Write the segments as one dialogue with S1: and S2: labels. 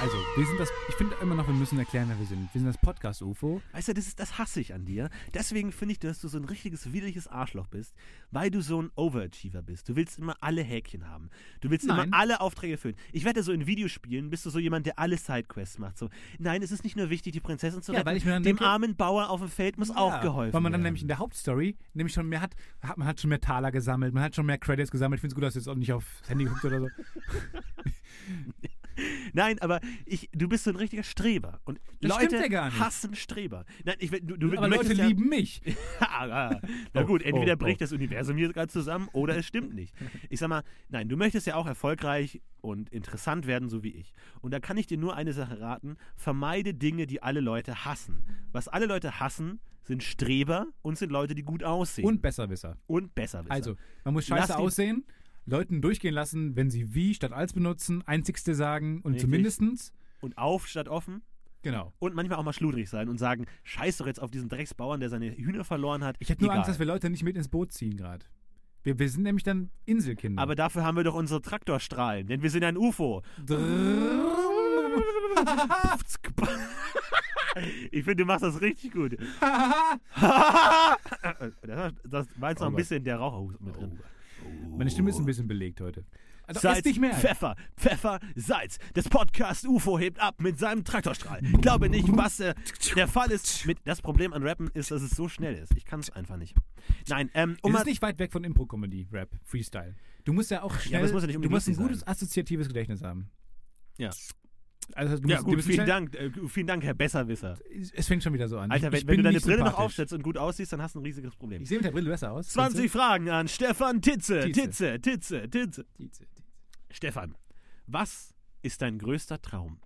S1: Also, Wir sind das, ich finde immer noch, wir müssen erklären, wer wir sind. Wir sind das Podcast-UFO.
S2: Weißt du, das, ist, das hasse ich an dir. Deswegen finde ich, dass du so ein richtiges, widerliches Arschloch bist, weil du so ein Overachiever bist. Du willst immer alle Häkchen haben. Du willst
S1: Nein.
S2: immer alle Aufträge erfüllen. Ich wette, so in Videospielen bist du so jemand, der alle Sidequests macht. So, nein, es ist nicht nur wichtig, die Prinzessin zu
S1: Ja,
S2: retten.
S1: weil ich mir dann
S2: dem
S1: denke-
S2: armen Bauer auf dem Feld muss auch geholfen
S1: Weil man dann
S2: werden.
S1: nämlich in der Hauptstory nämlich schon mehr hat, hat, man hat schon mehr Taler gesammelt, man hat schon mehr Credits gesammelt. Ich finde es gut, dass du jetzt auch nicht aufs Handy guckst oder so.
S2: Nein, aber ich, du bist so ein richtiger Streber. Und
S1: Das
S2: Leute
S1: stimmt ja gar nicht.
S2: hassen Streber. Nein, ich, will- du, du,
S1: Aber
S2: du
S1: Leute
S2: möchtest ja,
S1: lieben mich.
S2: Ah, ah. Na
S1: Oh,
S2: gut, entweder
S1: oh,
S2: bricht
S1: oh.
S2: das Universum hier gerade zusammen oder es stimmt nicht. Ich sag mal, nein, du möchtest ja auch erfolgreich und interessant werden, so wie ich. Und da kann ich dir nur eine Sache raten: vermeide Dinge, die alle Leute hassen. Was alle Leute hassen, sind Streber und sind Leute, die gut aussehen.
S1: Und Besserwisser.
S2: und besser
S1: Also, man muss scheiße
S2: Lass die-
S1: aussehen, Leuten durchgehen lassen, wenn sie wie statt als benutzen, einzigste sagen und
S2: Richtig.
S1: zumindestens.
S2: Und auf statt offen.
S1: Genau.
S2: Und manchmal auch mal schludrig sein und sagen: Scheiß doch jetzt auf diesen Drecksbauern, der seine Hühner verloren hat.
S1: Ich hätte nur
S2: Egal.
S1: Angst, dass wir Leute nicht mit ins Boot ziehen gerade. Wir, wir sind nämlich dann Inselkinder.
S2: Aber dafür haben wir doch unsere Traktorstrahlen, denn wir sind ein UFO. Ich finde, du machst das richtig gut. Das, das war jetzt noch
S1: Oh
S2: ein
S1: Gott.
S2: bisschen der Raucherhus mit drin.
S1: Meine Stimme ist ein bisschen belegt heute. Also
S2: Oh. Salz,
S1: esst nicht mehr.
S2: Pfeffer, Pfeffer, Salz. Das Podcast UFO hebt ab mit seinem Traktorstrahl. Glaube nicht, was äh, der Fall ist. Mit, das Problem an Rappen ist, dass es so schnell ist. Ich kann es einfach nicht. Nein, ähm, um
S1: es
S2: mal,
S1: ist nicht weit weg von Impro-Comedy, Rap, Freestyle. Du musst ja auch schnell,
S2: aber es muss ja nicht
S1: du
S2: unbedingt
S1: musst ein
S2: lustig
S1: gutes assoziatives Gedächtnis haben.
S2: Ja.
S1: Also du
S2: ja
S1: musst, du
S2: gut,
S1: bist
S2: vielen
S1: schnell-
S2: Dank, äh, vielen Dank, Herr Besserwisser.
S1: Es fängt schon wieder so an.
S2: Alter,
S1: ich, ich bin
S2: wenn, wenn du deine
S1: nicht
S2: Brille noch
S1: sympathisch.
S2: aufstellst und gut aussiehst, dann hast du ein riesiges Problem.
S1: Ich sehe mit der Brille besser aus.
S2: 20 Fragen an Stefan Titze, Titze,
S1: Tietze.
S2: Titze, Titze.
S1: Findest du?
S2: Stefan, was ist dein größter Traum?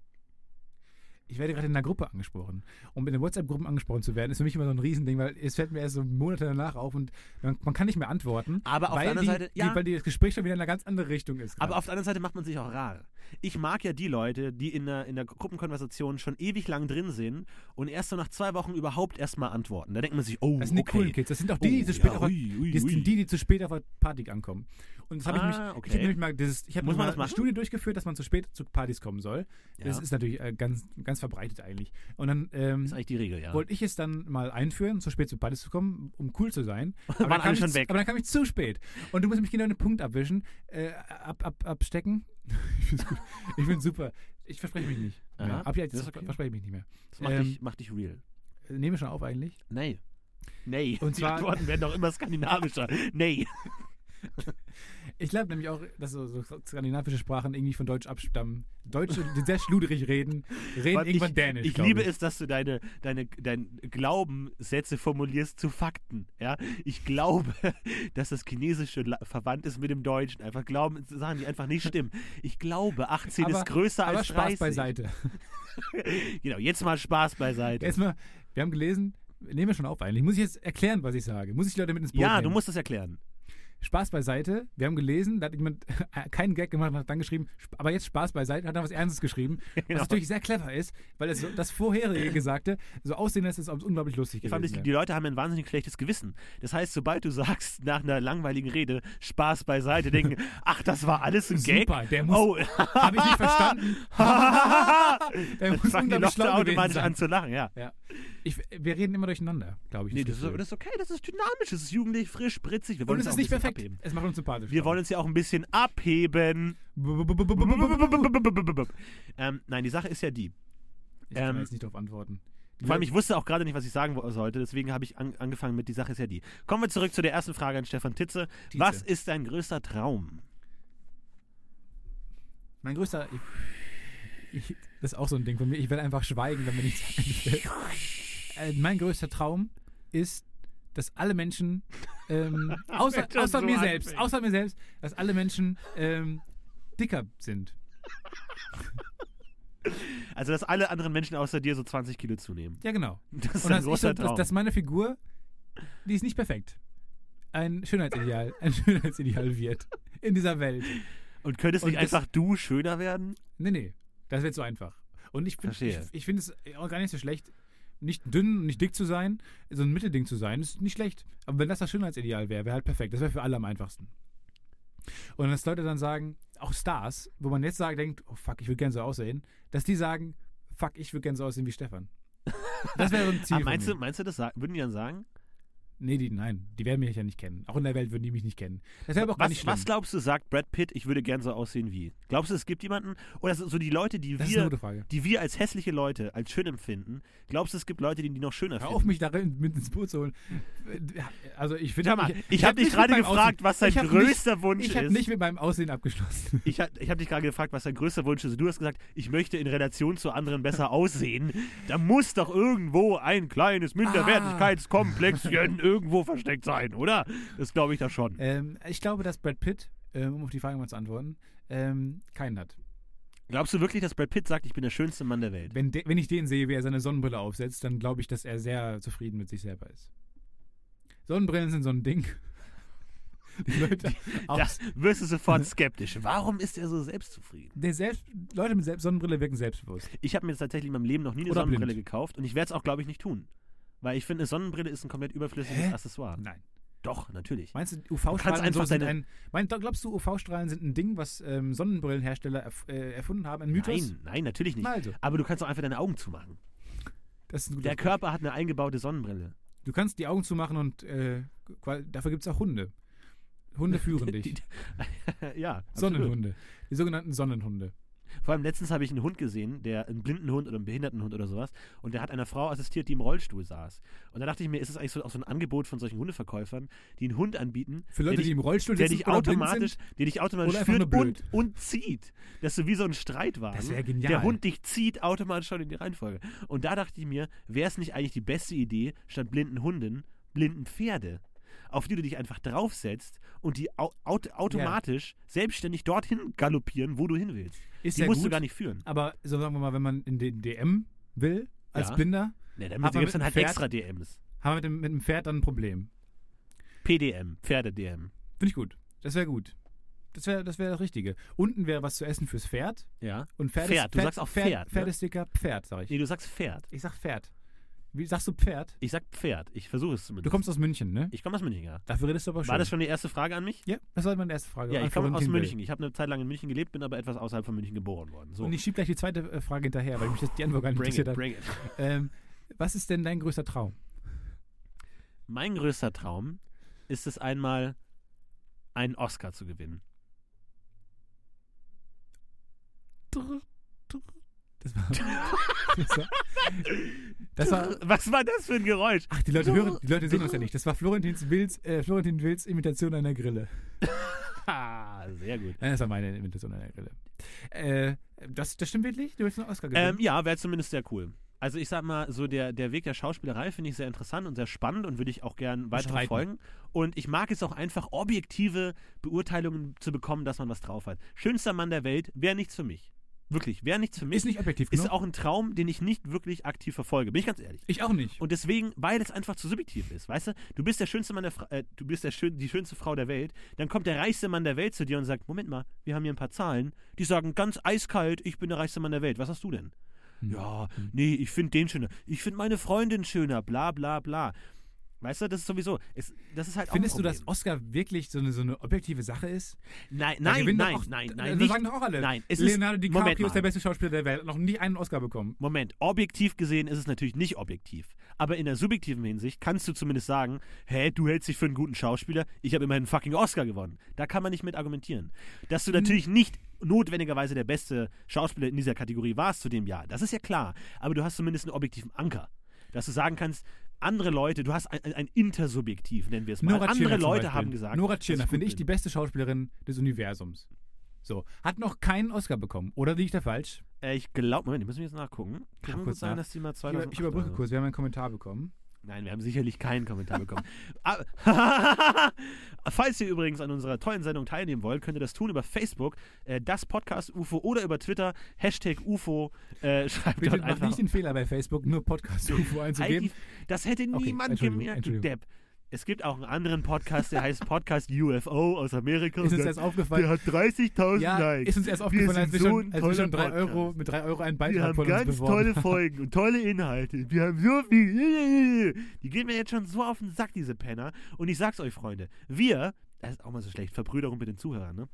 S1: Ich werde gerade in einer Gruppe angesprochen. Um in den WhatsApp-Gruppen angesprochen zu werden, ist für mich immer so ein Riesending, weil es fällt mir erst so Monate danach auf und man, man kann nicht mehr antworten.
S2: Aber auf
S1: weil
S2: der anderen
S1: die,
S2: Seite- ja.
S1: die, weil die- das Gespräch schon wieder in eine ganz andere Richtung ist.
S2: Aber
S1: gerade.
S2: auf der anderen Seite macht man sich auch rar. Ich mag ja die Leute, die in der, in der Gruppenkonversation schon ewig lang drin sind und erst so nach zwei Wochen überhaupt erstmal antworten. Da denkt man sich, oh,
S1: das sind die
S2: okay.
S1: coolen Kids. Das sind auch die, die
S2: Oh,
S1: zu spät
S2: ja,
S1: auf,
S2: ui, ui,
S1: das
S2: ui.
S1: sind die, die zu spät auf der Party ankommen. Und das habe
S2: Ah,
S1: ich mich,
S2: okay.
S1: ich habe nämlich mal dieses, ich habe
S2: Muss man
S1: mal
S2: das
S1: eine
S2: machen?
S1: Studie durchgeführt, dass man zu spät zu Partys kommen soll.
S2: Ja.
S1: Das ist natürlich äh, ganz, ganz verbreitet eigentlich. Und dann ähm,
S2: Das ist eigentlich die Regel, ja.
S1: wollte ich es dann mal einführen, zu spät zu Partys zu kommen, um cool zu sein. Aber
S2: Waren
S1: dann kam
S2: alle
S1: ich,
S2: schon
S1: zu-
S2: weg.
S1: Aber dann kam ich zu spät. Und du musst mich genau den Punkt abwischen, äh, ab, ab, abstecken. Ich find's gut. Ich find's super. Ich verspreche mich nicht.
S2: Aha,
S1: Mehr. Ab jetzt
S2: das ist okay.
S1: verspreche ich mich nicht mehr.
S2: Das macht,
S1: ähm,
S2: dich, macht dich real.
S1: Äh, Nehmen wir schon auf eigentlich.
S2: Nee. Nee.
S1: Und
S2: die
S1: zwar-
S2: Antworten werden doch immer skandinavischer. Nee.
S1: Ich glaube nämlich auch, dass so, so skandinavische Sprachen irgendwie von Deutsch abstammen. Deutsche, die sehr schluderig reden, reden
S2: Weil
S1: irgendwann
S2: ich,
S1: Dänisch.
S2: Ich
S1: glaub
S2: liebe es, dass du deine, deine, dein Glaubenssätze formulierst zu Fakten. Ja? Ich glaube, dass das Chinesische la- verwandt ist mit dem Deutschen. Einfach glauben, Sachen, die einfach nicht stimmen. Ich glaube, 18
S1: Aber-
S2: ist größer
S1: Aber
S2: als
S1: Spaß
S2: 30.
S1: beiseite.
S2: Genau, jetzt mal Spaß beiseite.
S1: Erstmal, wir haben gelesen, nehmen wir schon auf eigentlich. Muss ich jetzt erklären, was ich sage? Muss ich die Leute mit ins Boot
S2: Ja, du
S1: nehmen?
S2: musst das erklären.
S1: Spaß beiseite. Wir haben gelesen, da hat jemand keinen Gag gemacht und hat dann geschrieben, sp- aber jetzt Spaß beiseite, hat dann was Ernstes geschrieben.
S2: Genau.
S1: Was natürlich sehr clever ist, weil es so, das vorherige Gesagte so aussehen lässt, als ob es unglaublich lustig
S2: Ich fand,
S1: gewesen
S2: die,
S1: wäre.
S2: die Leute haben ein wahnsinnig schlechtes Gewissen. Das heißt, sobald du sagst, nach einer langweiligen Rede, Spaß beiseite, denken, ach, das war alles ein Gag.
S1: Super, der muss-
S2: Oh,
S1: Habe ich nicht verstanden. Er
S2: Dann
S1: muss
S2: fangen die
S1: unglaublich schlau
S2: Leute
S1: gewesen
S2: automatisch
S1: sein.
S2: an zu lachen, ja.
S1: Ja. Ich, wir reden immer durcheinander, glaube ich.
S2: Nee,
S1: ist
S2: das ist,
S1: Gefühl.
S2: das ist okay, das ist dynamisch, das ist jugendlich, frisch, spritzig. Wir wollen
S1: und es ist
S2: uns auch ein
S1: nicht
S2: bisschen
S1: perfekt.
S2: Abheben.
S1: Es macht uns sympathisch.
S2: Wir wollen uns ja auch ein bisschen abheben. Ähm, nein, die Sache ist ja die.
S1: Ich kann
S2: ähm,
S1: jetzt nicht darauf antworten.
S2: Vor allem, ich wusste auch gerade nicht, was ich sagen wo- sollte, deswegen habe ich an, angefangen mit, die Sache ist ja die. Kommen wir zurück zu der ersten Frage an Stefan Titze.
S1: Tietze.
S2: Was ist dein größter Traum?
S1: Mein größter. Ich, ich, das ist auch so ein Ding von mir. Ich werde einfach schweigen, wenn mir nichts einfällt. Äh, mein größter Traum ist, dass alle Menschen, ähm, außer,
S2: Wenn schon
S1: außer
S2: so
S1: mir selbst,
S2: anfängt.
S1: außer mir selbst, dass alle Menschen ähm, dicker sind.
S2: Also, dass alle anderen Menschen außer dir so 20 Kilo zunehmen.
S1: Ja, genau.
S2: Das ist
S1: Und
S2: ein
S1: dass, ich so,
S2: großer
S1: dass,
S2: Traum.
S1: dass meine Figur, die ist nicht perfekt. Ein Schönheitsideal, ein Schönheitsideal wird in dieser Welt.
S2: Und könntest
S1: und
S2: nicht
S1: das-
S2: einfach du schöner werden? Ah,
S1: Nee, nee, das wird so einfach. Und ich, bin- ich,
S2: Verstehe.
S1: ich finde es äh, auch gar nicht so schlecht, nicht dünn und nicht dick zu sein, so ein Mittelding zu sein, ist nicht schlecht. Aber wenn das das Schönheitsideal wäre, wäre halt perfekt. Das wäre für alle am einfachsten. Und dass Leute dann sagen, auch Stars, wo man jetzt sagt, denkt, oh fuck, ich will gerne so aussehen, dass die sagen, fuck, ich will gerne so aussehen wie Stefan. Das wäre so ein Ziel.
S2: Ah, meinst,
S1: von
S2: du,
S1: mir.
S2: meinst du, das sa- würden die dann sagen?
S1: Nee, die, nein, die werden mich ja nicht kennen. Auch in der Welt würden die mich nicht kennen. Das wäre aber auch gar nicht
S2: Was,
S1: schlimm.
S2: was glaubst du, sagt Brad Pitt, ich würde gern so aussehen wie? Glaubst du, es gibt jemanden? Oder so so die Leute, die
S1: das ist eine
S2: wir,
S1: gute Frage.
S2: die wir als hässliche Leute als schön empfinden, glaubst du, es gibt Leute, die die noch schöner
S1: Hör
S2: finden?
S1: auf, mich darin mit ins Boot zu holen. Also ich finde,
S2: Sag mal, ich, habe dich gerade gefragt, was dein
S1: ich hab
S2: größter Wunsch
S1: Nicht, ich habe
S2: ist.
S1: nicht mit meinem Aussehen abgeschlossen.
S2: ich habe ich hab dich gerade gefragt, was dein größter Wunsch ist. Du hast gesagt, ich möchte in Relation zu anderen besser aussehen. Da muss doch irgendwo ein kleines Minderwertigkeitskomplexchen irgendwo versteckt sein, oder? Das glaube ich da schon.
S1: Ähm, ich glaube, dass Brad Pitt, ähm, um auf die Frage mal zu antworten, ähm, keinen hat.
S2: Glaubst du wirklich, dass Brad Pitt sagt, ich bin der schönste Mann der Welt?
S1: Wenn, de, wenn ich den sehe, wie er seine Sonnenbrille aufsetzt, dann glaube ich, dass er sehr zufrieden mit sich selber ist. Sonnenbrillen sind so ein Ding. Die Leute,
S2: Da
S1: aus,
S2: wirst du sofort skeptisch. Warum ist er so selbstzufrieden?
S1: der selbst, Leute mit selbst Sonnenbrille wirken selbstbewusst.
S2: Ich habe mir jetzt tatsächlich in meinem Leben noch nie eine
S1: Oder
S2: Sonnenbrille
S1: blind.
S2: gekauft und ich werde es auch, glaube ich, nicht tun. Weil ich finde, eine Sonnenbrille ist ein komplett überflüssiges
S1: Hä?
S2: Accessoire.
S1: Nein.
S2: Doch, natürlich.
S1: Meinst du, UV-Strahlen
S2: einfach
S1: so sind
S2: deine-
S1: ein. Mein, glaubst du, UV-Strahlen sind ein Ding, was ähm, Sonnenbrillenhersteller erf äh, erfunden haben? Ein Mythos?
S2: Nein, nein, natürlich nicht.
S1: Na Also,
S2: Aber du kannst auch einfach deine Augen zumachen.
S1: das ist ein guter
S2: Der Körper hat eine eingebaute Sonnenbrille.
S1: Du kannst die Augen zumachen und äh, qual- dafür gibt es auch Hunde. Hunde führen dich.
S2: Die- ja, absolut.
S1: Sonnenhunde. Die sogenannten Sonnenhunde.
S2: Vor allem letztens habe ich einen Hund gesehen, der einen blinden Hund oder einen behinderten Hund oder sowas, und der hat einer Frau assistiert, die im Rollstuhl saß. Und da dachte ich mir, ist es eigentlich so, auch so ein Angebot von solchen Hundeverkäufern, die einen Hund anbieten,
S1: Für Leute,
S2: der
S1: die
S2: dich,
S1: im Rollstuhl
S2: der
S1: sitzen
S2: dich
S1: oder blind
S2: automatisch,
S1: sind,
S2: der dich automatisch
S1: oder einfach
S2: führt
S1: nur
S2: und,
S1: blöd.
S2: und zieht. Das ist so wie so ein Streitwagen.
S1: Das wär genial.
S2: Der Hund dich zieht automatisch schon in die Reihenfolge. Und da dachte ich mir, wäre es nicht eigentlich die beste Idee, statt blinden Hunden, blinden Pferde, auf die du dich einfach draufsetzt und die au aut automatisch selbstständig dorthin galoppieren, wo du hin willst.
S1: ist
S2: die
S1: ja
S2: musst
S1: gut.
S2: du gar nicht führen.
S1: Aber so sagen wir mal, wenn man in den DM will, als
S2: Ja.
S1: Blinder,
S2: Ja,
S1: Aber
S2: damit gibt es
S1: mit
S2: dann halt
S1: Pferd-
S2: extra DMs.
S1: haben wir mit dem, mit dem Pferd dann ein Problem.
S2: PDM, Pferde-DM.
S1: Finde ich gut. Das wäre gut. Das wäre das, wär das Richtige. Unten wäre was zu essen fürs Pferd.
S2: Ja.
S1: Und Pferd,
S2: Pferd.
S1: Ist,
S2: Du sagst auch Pferd, ne?
S1: Pferdesticker, Pferd, sag ich.
S2: Nee, du sagst Pferd.
S1: Ich sag Pferd. Wie sagst du Pferd?
S2: Ich sag Pferd. Ich versuche es
S1: Du
S2: zumindest.
S1: kommst aus München, ne?
S2: ich komme aus München, ja.
S1: Dafür redest du aber schon.
S2: War das schon die erste Frage an mich?
S1: Ja, das war meine erste Frage.
S2: Ja,
S1: An
S2: ich komme aus
S1: Florentin Will.
S2: München. Ich habe eine Zeit lang in München gelebt, bin aber etwas außerhalb von München geboren worden. So.
S1: Und ich schiebe gleich die zweite äh, Frage hinterher, weil mich das die Antwort gar nicht
S2: bring
S1: interessiert
S2: it,
S1: hat.
S2: bring it.
S1: Ähm, was ist denn dein größter Traum?
S2: Mein größter Traum ist es einmal, einen Oscar zu gewinnen.
S1: Das war. Das war, das war
S2: Was war das für ein Geräusch?
S1: ach, die Leute, hören, die Leute sehen uns ja nicht. Das war Florentins Wills, äh, Florentin Wills Imitation einer Grille.
S2: Ah, sehr gut.
S1: Nein, das war meine Imitation einer Grille. Äh, das, das stimmt wirklich? Du willst einen Oscar gewinnen?
S2: Ähm, ja, wäre zumindest sehr cool. Also ich sag mal, so der, der Weg der Schauspielerei finde ich sehr interessant und sehr spannend und würde ich auch gern weiter
S1: Bestreiten.
S2: verfolgen. Und ich mag es auch einfach, objektive Beurteilungen zu bekommen, dass man was drauf hat. Schönster Mann der Welt wäre nichts für mich. Wirklich, wäre nichts für mich.
S1: ist nicht objektiv
S2: Ähm, Ist
S1: genug.
S2: auch ein Traum, den ich nicht wirklich aktiv verfolge, bin ich ganz ehrlich.
S1: ich auch nicht.
S2: Und deswegen, weil es einfach zu subjektiv ist, weißt du, du bist der schönste Mann der Fra äh, du bist der schön die schönste Frau der Welt, dann kommt der reichste Mann der Welt zu dir und sagt, Moment mal, wir haben hier ein paar Zahlen, die sagen ganz eiskalt, ich bin der reichste Mann der Welt. Was hast du denn?
S1: Hm.
S2: Ja, nee, ich finde den schöner. Ich finde meine Freundin schöner, bla bla bla. Weißt du, das ist sowieso, es, das ist halt
S1: Findest du,
S2: auch ein
S1: dass
S2: Problem.
S1: Oscar wirklich so eine, so eine objektive Sache ist?
S2: Nein,
S1: Da
S2: nein,
S1: gewinnen doch
S2: nein,
S1: auch,
S2: nein,
S1: da-
S2: nein,
S1: da
S2: nicht,
S1: sagen doch auch alle.
S2: Nein, es ist-
S1: Leonardo
S2: Moment
S1: DiCaprio ist der
S2: mal.
S1: beste Schauspieler der Welt, hat noch nie einen Oscar bekommen.
S2: Moment, objektiv gesehen ist es natürlich nicht objektiv. Aber in der subjektiven Hinsicht kannst du zumindest sagen, hä, du hältst dich für einen guten Schauspieler, ich habe immerhin einen fucking Oscar gewonnen. Da kann man nicht mit argumentieren. Dass
S1: Hm.
S2: du natürlich nicht notwendigerweise der beste Schauspieler in dieser Kategorie warst zu dem Jahr, das ist ja klar. Aber du hast zumindest einen objektiven Anker. Dass du sagen kannst, andere Leute, du hast ein, ein- ein Intersubjektiv, nennen wir es mal.
S1: Nora
S2: andere
S1: Tschirner zum
S2: Leute
S1: Beispiel.
S2: haben gesagt,
S1: Nora
S2: dass
S1: Tschirner
S2: gut
S1: finde ich
S2: bin.
S1: die beste Schauspielerin des Universums. So, hat noch keinen Oscar bekommen. Oder liege ich da falsch?
S2: Äh, ich glaube, Moment, die müssen wir jetzt nachgucken.
S1: Guck
S2: Kann gut
S1: kurz
S2: sein,
S1: nach.
S2: dass die mal
S1: Ich, über-
S2: 2008
S1: ich überbrücke
S2: oder so.
S1: kurz, wir haben einen Kommentar bekommen.
S2: Nein, wir haben sicherlich keinen Kommentar bekommen. Aber- Falls ihr übrigens an unserer tollen Sendung teilnehmen wollt, könnt ihr das tun über Facebook, äh, das Podcast UFO oder über Twitter, Hashtag UFO. Äh, schreibt
S1: Bitte
S2: dort
S1: mach
S2: einfach.
S1: nicht den Fehler bei Facebook, nur Podcast-UFO einzugeben.
S2: Eigentlich, das hätte
S1: Okay,
S2: niemand
S1: Entschuldigung,
S2: gemerkt, du
S1: Entschuldigung.
S2: Depp. Es gibt auch einen anderen Podcast, der heißt Podcast UFO aus Amerika.
S1: Ist uns
S2: Der-
S1: erst aufgefallen-
S2: Der hat 30.000
S1: Ja,
S2: Likes.
S1: ist uns erst
S2: Wir
S1: aufgefallen, als
S2: sind
S1: wir
S2: so
S1: schon,
S2: ein
S1: als wir schon
S2: toller
S1: drei Euro,
S2: Podcast.
S1: mit 3 Euro einen
S2: Wir
S1: Beitrag
S2: haben
S1: von uns
S2: ganz
S1: beworben
S2: tolle Folgen und tolle Inhalte. Wir haben so viel. Die gehen mir jetzt schon so auf den Sack, diese Penner. Und ich sag's euch, Freunde, wir, das ist auch mal so schlecht, Verbrüderung mit den Zuhörern, ne?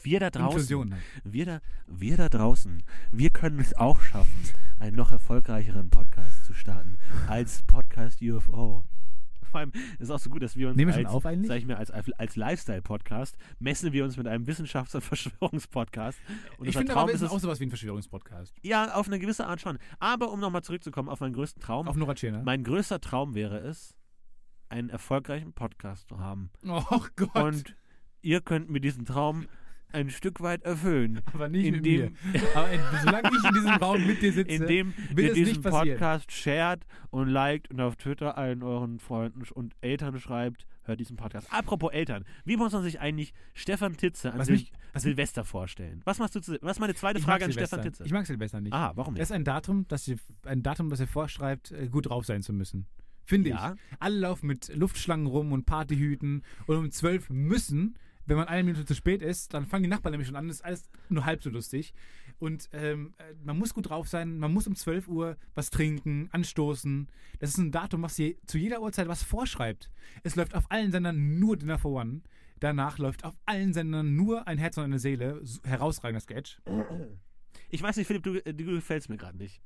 S2: Wir da draußen.
S1: Inklusion. ne?
S2: Wir da, wir da draußen, wir können es auch schaffen, einen noch erfolgreicheren Podcast zu starten als Podcast UFO. Vor allem ist auch so gut, dass wir uns
S1: Nehmen wir
S2: als,
S1: schon auf eigentlich?
S2: Sag ich mal, als, als Lifestyle-Podcast messen wir uns mit einem Wissenschafts- und Verschwörungspodcast. Und
S1: Ich
S2: unser
S1: finde aber,
S2: Traum
S1: wir
S2: ist
S1: sind
S2: es,
S1: auch sowas wie ein Verschwörungspodcast.
S2: ja, auf eine gewisse Art schon. Aber um nochmal zurückzukommen auf meinen größten Traum.
S1: Auf ne? Nora Tschirner.
S2: mein größter Traum wäre es, einen erfolgreichen Podcast zu haben.
S1: Oh Gott.
S2: Und ihr könnt mir diesen Traum ein Stück weit erfüllen.
S1: aber nicht
S2: in
S1: mit
S2: dem-
S1: mir. Aber in, solange ich in diesem Raum mit dir sitze.
S2: indem
S1: will
S2: ihr
S1: es nicht
S2: diesen
S1: passieren.
S2: Podcast shared und liked und auf Twitter allen euren Freunden sch- und Eltern schreibt, hört diesen Podcast. Apropos Eltern, wie muss man sich eigentlich Stefan Titze an
S1: Was
S2: Sil
S1: mich- was
S2: Silvester vorstellen? Was machst du zu, was ist meine zweite
S1: ich mag
S2: Frage an
S1: Silvester.
S2: Stefan Titze?
S1: Ich mag Silvester nicht.
S2: ah, warum
S1: Das
S2: nicht?
S1: ist ein Datum, das ihr, ein Datum, das ihr vorschreibt, äh, gut drauf sein zu müssen. Finde
S2: Ja.
S1: ich. Alle laufen mit Luftschlangen rum und Partyhüten und um zwölf müssen, wenn man eine Minute zu spät ist, dann fangen die Nachbarn nämlich schon an, das ist alles nur halb so lustig. Und ähm, äh, man muss gut drauf sein, man muss um 12 Uhr was trinken, anstoßen. Das ist ein Datum, was ihr zu jeder Uhrzeit was vorschreibt. Es läuft auf allen Sendern nur Dinner for One. Danach läuft auf allen Sendern nur ein Herz und eine Seele. S- Herausragender Sketch.
S2: Ich weiß nicht, Philipp, du, äh, du gefällst mir gerade nicht.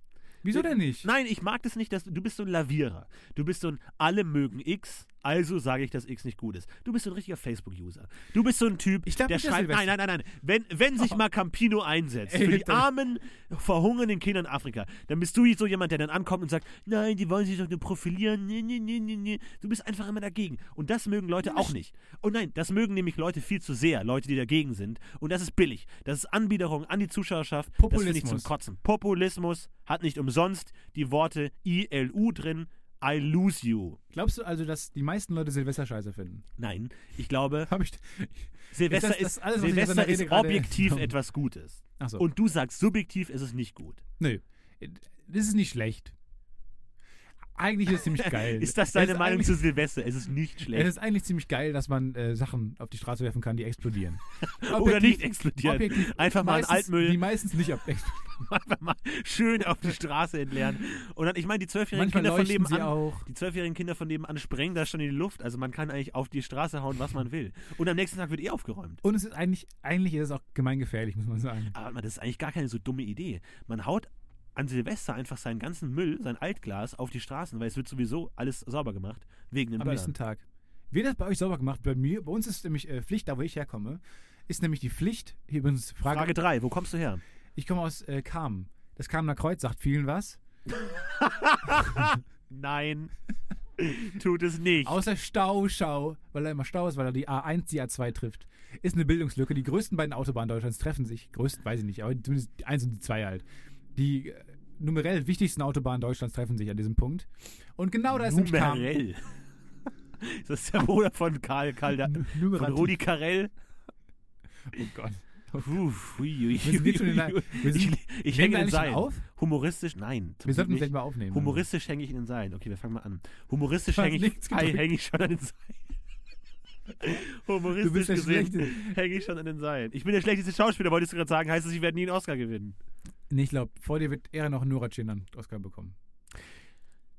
S1: Wieso denn nicht?
S2: Nein, ich mag das nicht, dass du bist so ein Lavierer. Du bist so ein alle mögen X, also sage ich, dass X nicht gut ist. Du bist so ein richtiger Facebook-User. Du bist so ein Typ,
S1: Ich glaub
S2: der
S1: nicht, dass
S2: schreibt, nein,
S1: Silvester-
S2: nein, nein, nein. Wenn, wenn sich mal Campino einsetzt
S1: Ey,
S2: für die
S1: dann-
S2: armen, verhungernden Kinder in Afrika, dann bist du so jemand, der dann ankommt und sagt, nein, die wollen sich doch nur profilieren. Nee, nee, nee, nee, nee. Du bist einfach immer dagegen. Und das mögen Leute auch nicht. Und nein, das mögen nämlich Leute viel zu sehr, Leute, die dagegen sind. Und das ist billig. Das ist Anbiederung an die Zuschauerschaft. Das finde ich zum
S1: Populismus.
S2: Kotzen. Populismus hat nicht umsonst die Worte ILU drin. I lose you.
S1: Glaubst du also, dass die meisten Leute Silvester scheiße finden?
S2: Nein, ich glaube,
S1: Hab ich.
S2: Silvester
S1: das-
S2: ist,
S1: das alles, was ich aus
S2: Silvester
S1: deiner Rede
S2: ist
S1: gerade-
S2: objektiv etwas Gutes.
S1: Achso.
S2: Und du sagst, subjektiv ist es nicht gut.
S1: Nö. Das ist nicht schlecht. Eigentlich ist es ziemlich geil.
S2: Ist das
S1: Es
S2: deine
S1: ist
S2: Meinung
S1: eigentlich-
S2: zu Silvester? Es ist nicht schlecht.
S1: Es ist eigentlich ziemlich geil, dass man äh, Sachen auf die Straße werfen kann, die explodieren.
S2: Oder nicht explodieren.
S1: objektiv
S2: Einfach mal einen
S1: meistens,
S2: Altmüll.
S1: Die meistens nicht ab explodieren.
S2: einfach mal schön auf die Straße entleeren. Und dann, ich meine, die zwölfjährigen
S1: Manchmal
S2: Kinder von
S1: leuchten sie
S2: nebenan,
S1: auch.
S2: die zwölfjährigen Kinder von nebenan sprengen das schon in die Luft. Also man kann eigentlich auf die Straße hauen, was man will. Und am nächsten Tag wird eh aufgeräumt.
S1: Und es ist eigentlich, eigentlich ist es auch gemeingefährlich, muss man sagen.
S2: Aber man- das ist eigentlich gar keine so dumme Idee. Man haut an Silvester einfach seinen ganzen Müll, sein Altglas auf die Straßen, weil es wird sowieso alles sauber gemacht wegen den
S1: Am nächsten
S2: Böllern.
S1: Tag. Wird das bei euch sauber gemacht? Bei mir, bei uns ist nämlich äh, Pflicht, da wo ich herkomme, ist nämlich die Pflicht, hier übrigens Frage,
S2: Frage 3, wo kommst du her?
S1: ich komme aus äh, Kam. Das Kamener Kreuz sagt vielen was.
S2: Nein, tut es nicht.
S1: Außer Stauschau, weil da immer Stau ist, weil da die A1 die A2 trifft. Ist eine Bildungslücke. Die größten beiden Autobahnen Deutschlands treffen sich. Größten weiß ich nicht, aber zumindest die 1 und die 2 halt. Die äh, numerell wichtigsten Autobahnen Deutschlands treffen sich an diesem Punkt. Und genau da ist nämlich Kam.
S2: Numerell. Das ist der Bruder von Karl, Karl der,
S1: N-
S2: von
S1: Numerativ.
S2: Rudi Carell.
S1: Oh Gott.
S2: Puh, hui,
S1: Wir
S2: hui,
S1: sind jetzt schon in der-
S2: hui,
S1: wir sind-
S2: hui. Ich,
S1: nehmen
S2: ich hänge
S1: wir
S2: in den
S1: eigentlich schon
S2: Seilen.
S1: auf?
S2: Humoristisch, nein. zum
S1: Wir sollten
S2: Glück
S1: vielleicht
S2: nicht.
S1: mal aufnehmen.
S2: Humoristisch hänge ich in den Seilen. Okay, wir fangen mal an. Humoristisch
S1: Fast
S2: hänge ich,
S1: nichts
S2: Hi,
S1: gedrückt.
S2: hänge ich schon an den Seilen.
S1: Du
S2: Humoristisch
S1: bist der
S2: gesehen
S1: Schlechte.
S2: hänge ich schon an den Seilen. Ich bin der schlechteste Schauspieler, wolltest du gerade sagen. Heißt es, ich werde nie einen Oscar gewinnen.
S1: Nee, ich glaube, vor dir wird eher noch Nora Chinan Oscar bekommen.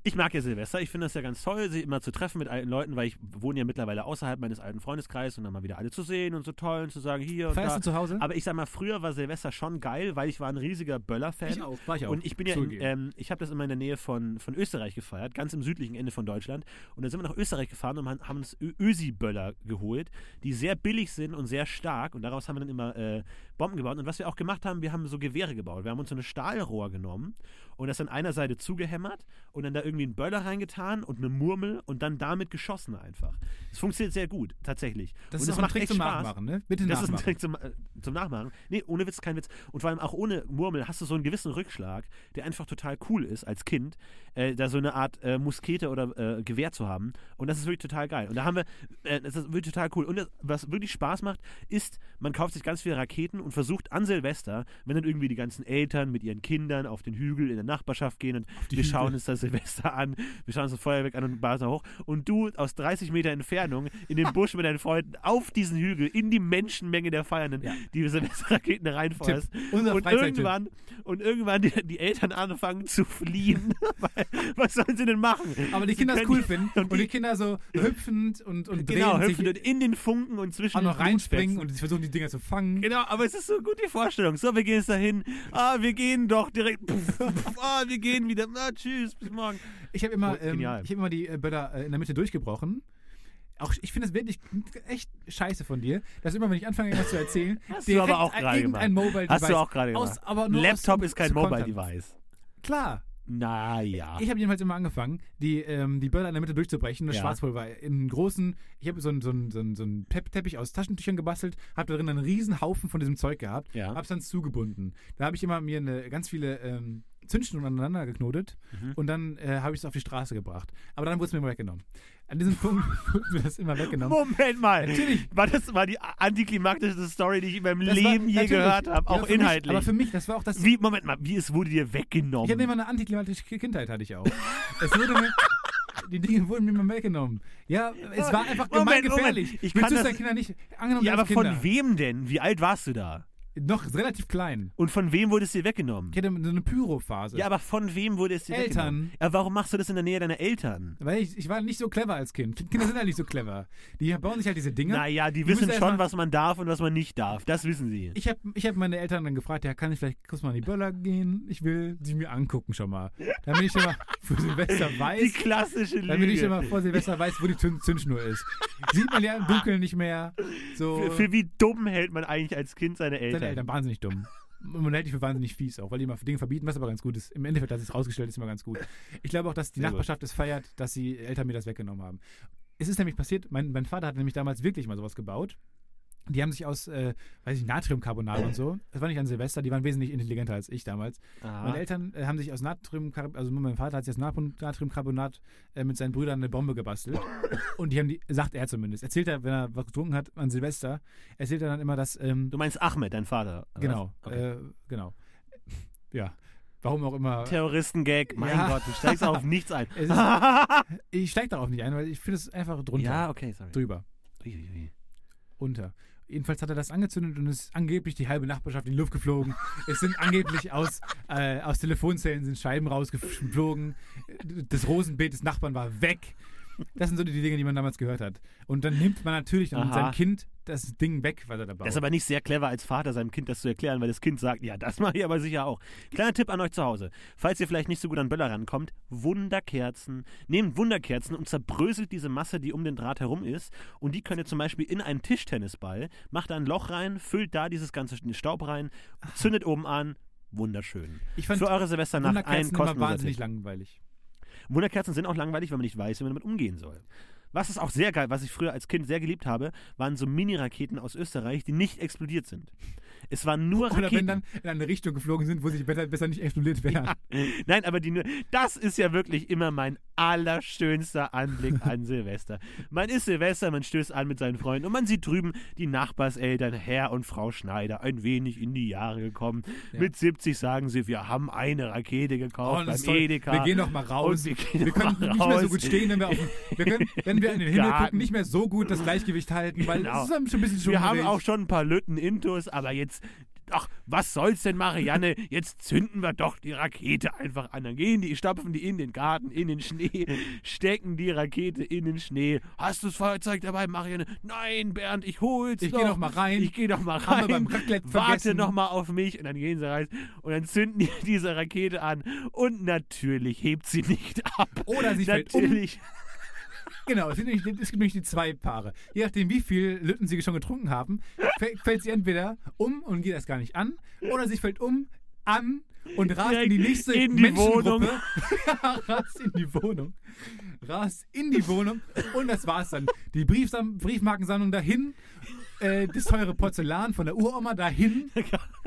S2: Ich mag ja Silvester. Ich finde das ja ganz toll, sie immer zu treffen mit alten Leuten, weil ich wohne ja mittlerweile außerhalb meines alten Freundeskreises und dann mal wieder alle zu sehen und so toll und zu sagen, hier und
S1: Feierst
S2: da.
S1: du zu Hause?
S2: Aber ich sag mal, früher war Silvester schon geil, weil ich war ein riesiger Böller-Fan.
S1: auch. War ich auch.
S2: Und ich bin ja, in,
S1: Zugegeben.
S2: ähm, ich habe das immer in der Nähe von, von Österreich gefeiert, ganz im südlichen Ende von Deutschland. Und dann sind wir nach Österreich gefahren und haben- haben uns Ö- Ösi-Böller geholt, die sehr billig sind und sehr stark. Und daraus haben wir dann immer äh, Bomben gebaut. Und was wir auch gemacht haben, wir haben so Gewehre gebaut. Wir haben uns so eine Stahlrohr genommen und das an einer Seite zugehämmert und dann da irgendwie einen Böller reingetan und eine Murmel und dann damit geschossen einfach. Das funktioniert sehr gut, tatsächlich.
S1: das ist
S2: und das
S1: auch ein
S2: macht
S1: Trick
S2: echt
S1: zum
S2: Spaß.
S1: Nachmachen, ne? Bitte
S2: Das ist ein
S1: nachmachen.
S2: Trick zum, äh, zum Nachmachen. Nee, ohne Witz, kein Witz. Und vor allem auch ohne Murmel hast du so einen gewissen Rückschlag, der einfach total cool ist als Kind, äh, da so eine Art äh, Muskete oder äh, Gewehr zu haben. Und das ist wirklich total geil. Und da haben wir, äh, das ist wirklich total cool. Und das, was wirklich Spaß macht, ist, man kauft sich ganz viele Raketen und versucht an Silvester, wenn dann irgendwie die ganzen Eltern mit ihren Kindern auf den Hügel in der Nachbarschaft gehen und wir
S1: Hügel.
S2: schauen uns das Silvester Wasser an, wir schauen uns das Feuerwerk an und blasen hoch. Und du aus 30 Meter Entfernung in den Busch mit deinen Freunden auf diesen Hügel, in die Menschenmenge der Feiernden,
S1: Ja.
S2: die Silvesterraketen reinfeuerst.
S1: Unser
S2: Und
S1: Freizeittipp.
S2: irgendwann, und irgendwann die, die Eltern anfangen zu fliehen. Weil, was sollen sie denn machen?
S1: Aber die
S2: Sie
S1: Kinder es
S2: können-
S1: cool finden
S2: und
S1: und,
S2: die-
S1: die Kinder so hüpfend und, und
S2: Genau,
S1: drehen
S2: hüpfen und
S1: sich
S2: in den Funken und zwischen
S1: auch
S2: den
S1: noch reinspringen
S2: Blutfetzen.
S1: und sie versuchen die Dinger zu fangen.
S2: Genau, aber es ist so gut die Vorstellung. So, wir gehen jetzt dahin. Ah, wir gehen doch direkt. Pff, pff, Ah, wir gehen wieder. Ah, tschüss, bis morgen.
S1: Ich habe immer,
S2: Oh,
S1: ähm, ich
S2: genial.
S1: hab immer die äh, Böller äh, in der Mitte durchgebrochen. Auch ich finde es wirklich echt scheiße von dir, dass immer, wenn ich anfange, etwas zu erzählen,
S2: Hast du
S1: direkt
S2: aber auch gerade
S1: irgendein Mobile
S2: Hast
S1: Device
S2: du auch gerade
S1: aus,
S2: gemacht.
S1: aber
S2: Ein
S1: nur
S2: Laptop
S1: aus,
S2: ist kein
S1: zu
S2: Mobile
S1: kontern.
S2: Device.
S1: Klar.
S2: Naja.
S1: Ich habe jedenfalls immer angefangen, die, ähm, die Böller in der Mitte durchzubrechen, das
S2: Ja.
S1: Schwarzpulver in einen großen, ich habe so einen so einen- so einen- so einen Tepp- Teppich aus Taschentüchern gebastelt, habe darin einen riesen Haufen von diesem Zeug gehabt,
S2: Ja.
S1: hab's dann zugebunden. Da habe ich immer mir eine, ganz viele ähm, Zündschnüren aneinander geknotet
S2: Mhm.
S1: und dann äh, habe ich es auf die Straße gebracht. Aber dann wurde es mir immer weggenommen. An diesem Punkt wurde mir das immer weggenommen.
S2: Moment mal.
S1: Natürlich.
S2: War das war die antiklimaktischste Story, die ich in meinem
S1: Das war-
S2: Leben je
S1: natürlich.
S2: gehört habe,
S1: Ja,
S2: auch
S1: für mich-
S2: inhaltlich.
S1: Aber für mich, das war auch das
S2: wie, Moment mal, wie es wurde dir weggenommen?
S1: Ich hatte immer eine antiklimatische Kindheit, hatte ich auch. es wurde mir, die Dinge wurden mir immer weggenommen. Ja, es war einfach
S2: Moment,
S1: gemeingefährlich.
S2: Moment, ich
S1: Mit
S2: kann das-
S1: Schwesterkindern nicht. Angenommen,
S2: ja,
S1: du
S2: aber
S1: hast Kinder.
S2: von wem denn? Wie alt warst du da?
S1: Noch relativ klein.
S2: Und von wem wurde es dir weggenommen?
S1: Ich hatte so eine Pyro-Phase.
S2: Ja, aber von wem wurde es dir
S1: Eltern.
S2: weggenommen? Ja, warum machst du das in der Nähe deiner Eltern?
S1: Weil ich, ich war nicht so clever als Kind. Kinder sind halt nicht so clever. Die bauen sich halt diese Dinger.
S2: Naja, die
S1: Die
S2: wissen
S1: müssen
S2: schon,
S1: erst mal-
S2: was man darf und was man nicht darf. Das wissen sie.
S1: Ich habe ich hab meine Eltern dann gefragt, ja, kann ich vielleicht kurz mal an die Böller gehen? Ich will die mir angucken schon mal. Damit ich schon mal für Silvester weiß.
S2: Die klassische Lüge.
S1: Damit ich immer vor Silvester weiß, wo die Zünd- Zündschnur ist. Sieht man ja im Dunkeln nicht mehr. So.
S2: für, für wie dumm hält man eigentlich als Kind seine Eltern?
S1: Seine Eltern wahnsinnig dumm. Und man hält die für wahnsinnig fies auch, weil die immer Dinge verbieten, was aber ganz gut ist. Im Endeffekt, dass es rausgestellt ist, immer ganz gut. Ich glaube auch, dass die
S2: Sehr gut.
S1: Nachbarschaft es feiert, dass die Eltern mir das weggenommen haben. Es ist nämlich passiert, mein, mein Vater hat nämlich damals wirklich mal sowas gebaut. Die haben sich aus, äh, weiß ich, Natriumcarbonat und so, das war nicht an Silvester, die waren wesentlich intelligenter als ich damals.
S2: Aha.
S1: Meine Eltern äh, haben sich aus Natriumcarbonat, also mein Vater hat sich aus Natrium- Natriumcarbonat äh, mit seinen Brüdern eine Bombe gebastelt. Und die haben die, sagt er zumindest, erzählt er, wenn er was getrunken hat an Silvester, erzählt er dann immer, dass ähm,
S2: Du meinst Ahmed, dein Vater. oder
S1: Genau,
S2: was? Okay.
S1: äh, genau. Ja, warum auch immer.
S2: Terroristengag, mein
S1: Ja.
S2: Gott, du steigst auf nichts ein.
S1: Es ist- ich steige darauf nicht ein, weil ich finde es einfach drunter,
S2: ja, okay, sorry.
S1: drüber,
S2: Ui, ui, ui.
S1: unter. Jedenfalls hat er das angezündet und ist angeblich die halbe Nachbarschaft in die Luft geflogen. Es sind angeblich aus, äh, aus Telefonzellen sind Scheiben rausgeflogen. Das Rosenbeet des Nachbarn war weg. Das sind so die Dinge, die man damals gehört hat. Und dann nimmt man natürlich dann
S2: Aha.
S1: seinem Kind das Ding weg, was er da baut.
S2: Das ist aber nicht sehr clever als Vater, seinem Kind das zu erklären, weil das Kind sagt, ja, das mache ich aber sicher auch. Kleiner Tipp an euch zu Hause. Falls ihr vielleicht nicht so gut an Böller rankommt, Wunderkerzen. Nehmt Wunderkerzen und zerbröselt diese Masse, die um den Draht herum ist. Und die könnt ihr zum Beispiel in einen Tischtennisball, macht da ein Loch rein, füllt da dieses ganze Staub rein, zündet oben an. Wunderschön.
S1: ich fand
S2: Für eure Silvesternacht ein
S1: Wunderkerzen immer
S2: kostenloser
S1: wahnsinnig
S2: Tipp.
S1: langweilig.
S2: Wunderkerzen sind auch langweilig, wenn man nicht weiß, wie man damit umgehen soll. Was ist auch sehr geil, was ich früher als Kind sehr geliebt habe, waren so Mini-Raketen aus Österreich, die nicht explodiert sind. Es waren nur
S1: Oder wenn
S2: Raketen.
S1: dann in eine Richtung geflogen sind, wo sie besser, besser nicht explodiert wären.
S2: Nein, aber die nur. Das ist ja wirklich immer mein allerschönster Anblick an Silvester. Man ist Silvester, man stößt an mit seinen Freunden und man sieht drüben die Nachbarseltern, Herr und Frau Schneider, ein wenig in die Jahre gekommen. Mit 70 sagen sie, wir haben eine Rakete gekauft
S1: Oh, das
S2: beim
S1: ist toll.
S2: Edeka.
S1: Wir gehen noch mal raus.
S2: Und
S1: Wir,
S2: wir gehen noch
S1: können
S2: mal
S1: nicht mehr so
S2: raus.
S1: gut stehen, wenn wir, auf dem, wir können, wenn wir in den Himmel
S2: Garten.
S1: gucken, nicht mehr so gut das Gleichgewicht halten, weil
S2: Genau.
S1: es ist dann schon ein bisschen
S2: Wir haben
S1: schummrig.
S2: auch schon ein paar Lütten Intus, aber jetzt, ach, was soll's denn, Marianne? Jetzt zünden wir doch die Rakete einfach an. Dann gehen die, stapfen die in den Garten, in den Schnee, stecken die Rakete in den Schnee. Hast du das Feuerzeug dabei, Marianne? Nein, Bernd, ich hol's
S1: Ich
S2: doch.
S1: geh noch mal rein.
S2: Ich geh noch mal
S1: Haben wir
S2: rein.
S1: beim Raclette
S2: Warte
S1: vergessen.
S2: noch mal auf mich. Und dann gehen sie rein und dann zünden die diese Rakete an. Und natürlich hebt sie nicht ab.
S1: Oder sie fällt um.
S2: natürlich.
S1: Genau, es, sind nämlich, es gibt nämlich die zwei Paare. Je nachdem, wie viel Lütten sie schon getrunken haben, fä- fällt sie entweder um und geht das gar nicht an, oder sie fällt um, an und rast in die
S2: Direkt
S1: nächste
S2: in die Wohnung.
S1: Menschengruppe. ja, rast in die Wohnung. Rast in die Wohnung und das war's dann. Die Briefsam Briefmarkensammlung dahin, äh, das teure Porzellan von der Uroma dahin.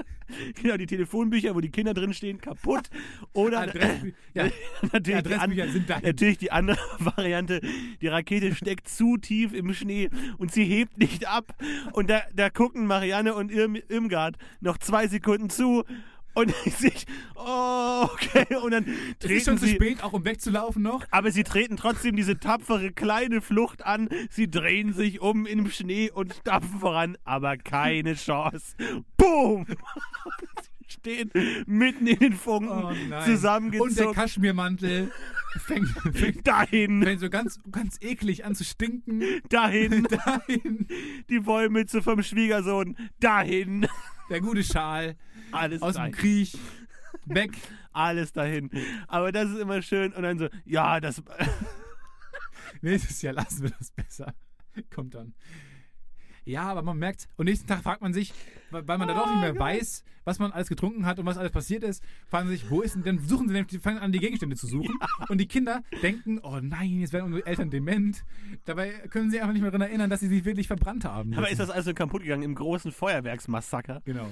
S2: Genau, die Telefonbücher, wo die Kinder drinstehen, kaputt. Oder
S1: Adressbü- ja.
S2: natürlich,
S1: Die Adressbücher
S2: die an-
S1: sind dahin.
S2: natürlich die andere Variante. Die Rakete steckt zu tief im Schnee und sie hebt nicht ab. Und da, da gucken Marianne und Irm, Irmgard noch zwei Sekunden zu. Und ich sich, oh, okay. Und dann
S1: Es
S2: treten
S1: ist schon zu
S2: sie,
S1: spät, auch um wegzulaufen noch.
S2: aber sie treten trotzdem diese tapfere kleine Flucht an. Sie drehen sich um im Schnee und stapfen voran, aber keine Chance. Boom! sie stehen mitten in den Funken,
S1: Oh nein. Und der
S2: zusammengezogen.
S1: Kaschmirmantel fängt, fängt,
S2: dahin,
S1: fängt so ganz, ganz eklig an zu stinken.
S2: dahin,
S1: Dahin
S2: die Wollmütze vom Schwiegersohn, dahin.
S1: der gute Schal
S2: Alles
S1: aus dem
S2: dahin.
S1: Krieg. Weg.
S2: Alles dahin. Aber das ist immer schön. Und dann so, ja, das.
S1: Nächstes Jahr lassen wir das besser. Kommt dann. Ja, aber man merkt, und nächsten Tag fragt man sich, weil weil man da doch nicht mehr weiß, was man alles getrunken hat und was alles passiert ist, fragen sie sich, wo ist denn, dann suchen sie nämlich, die fangen an, die Gegenstände zu suchen. Und die Kinder denken, oh nein, jetzt werden unsere Eltern dement. Dabei können sie einfach nicht mehr daran erinnern, dass sie sich wirklich verbrannt haben.
S2: Aber ist das alles so kaputt gegangen im großen Feuerwerksmassaker?
S1: Genau.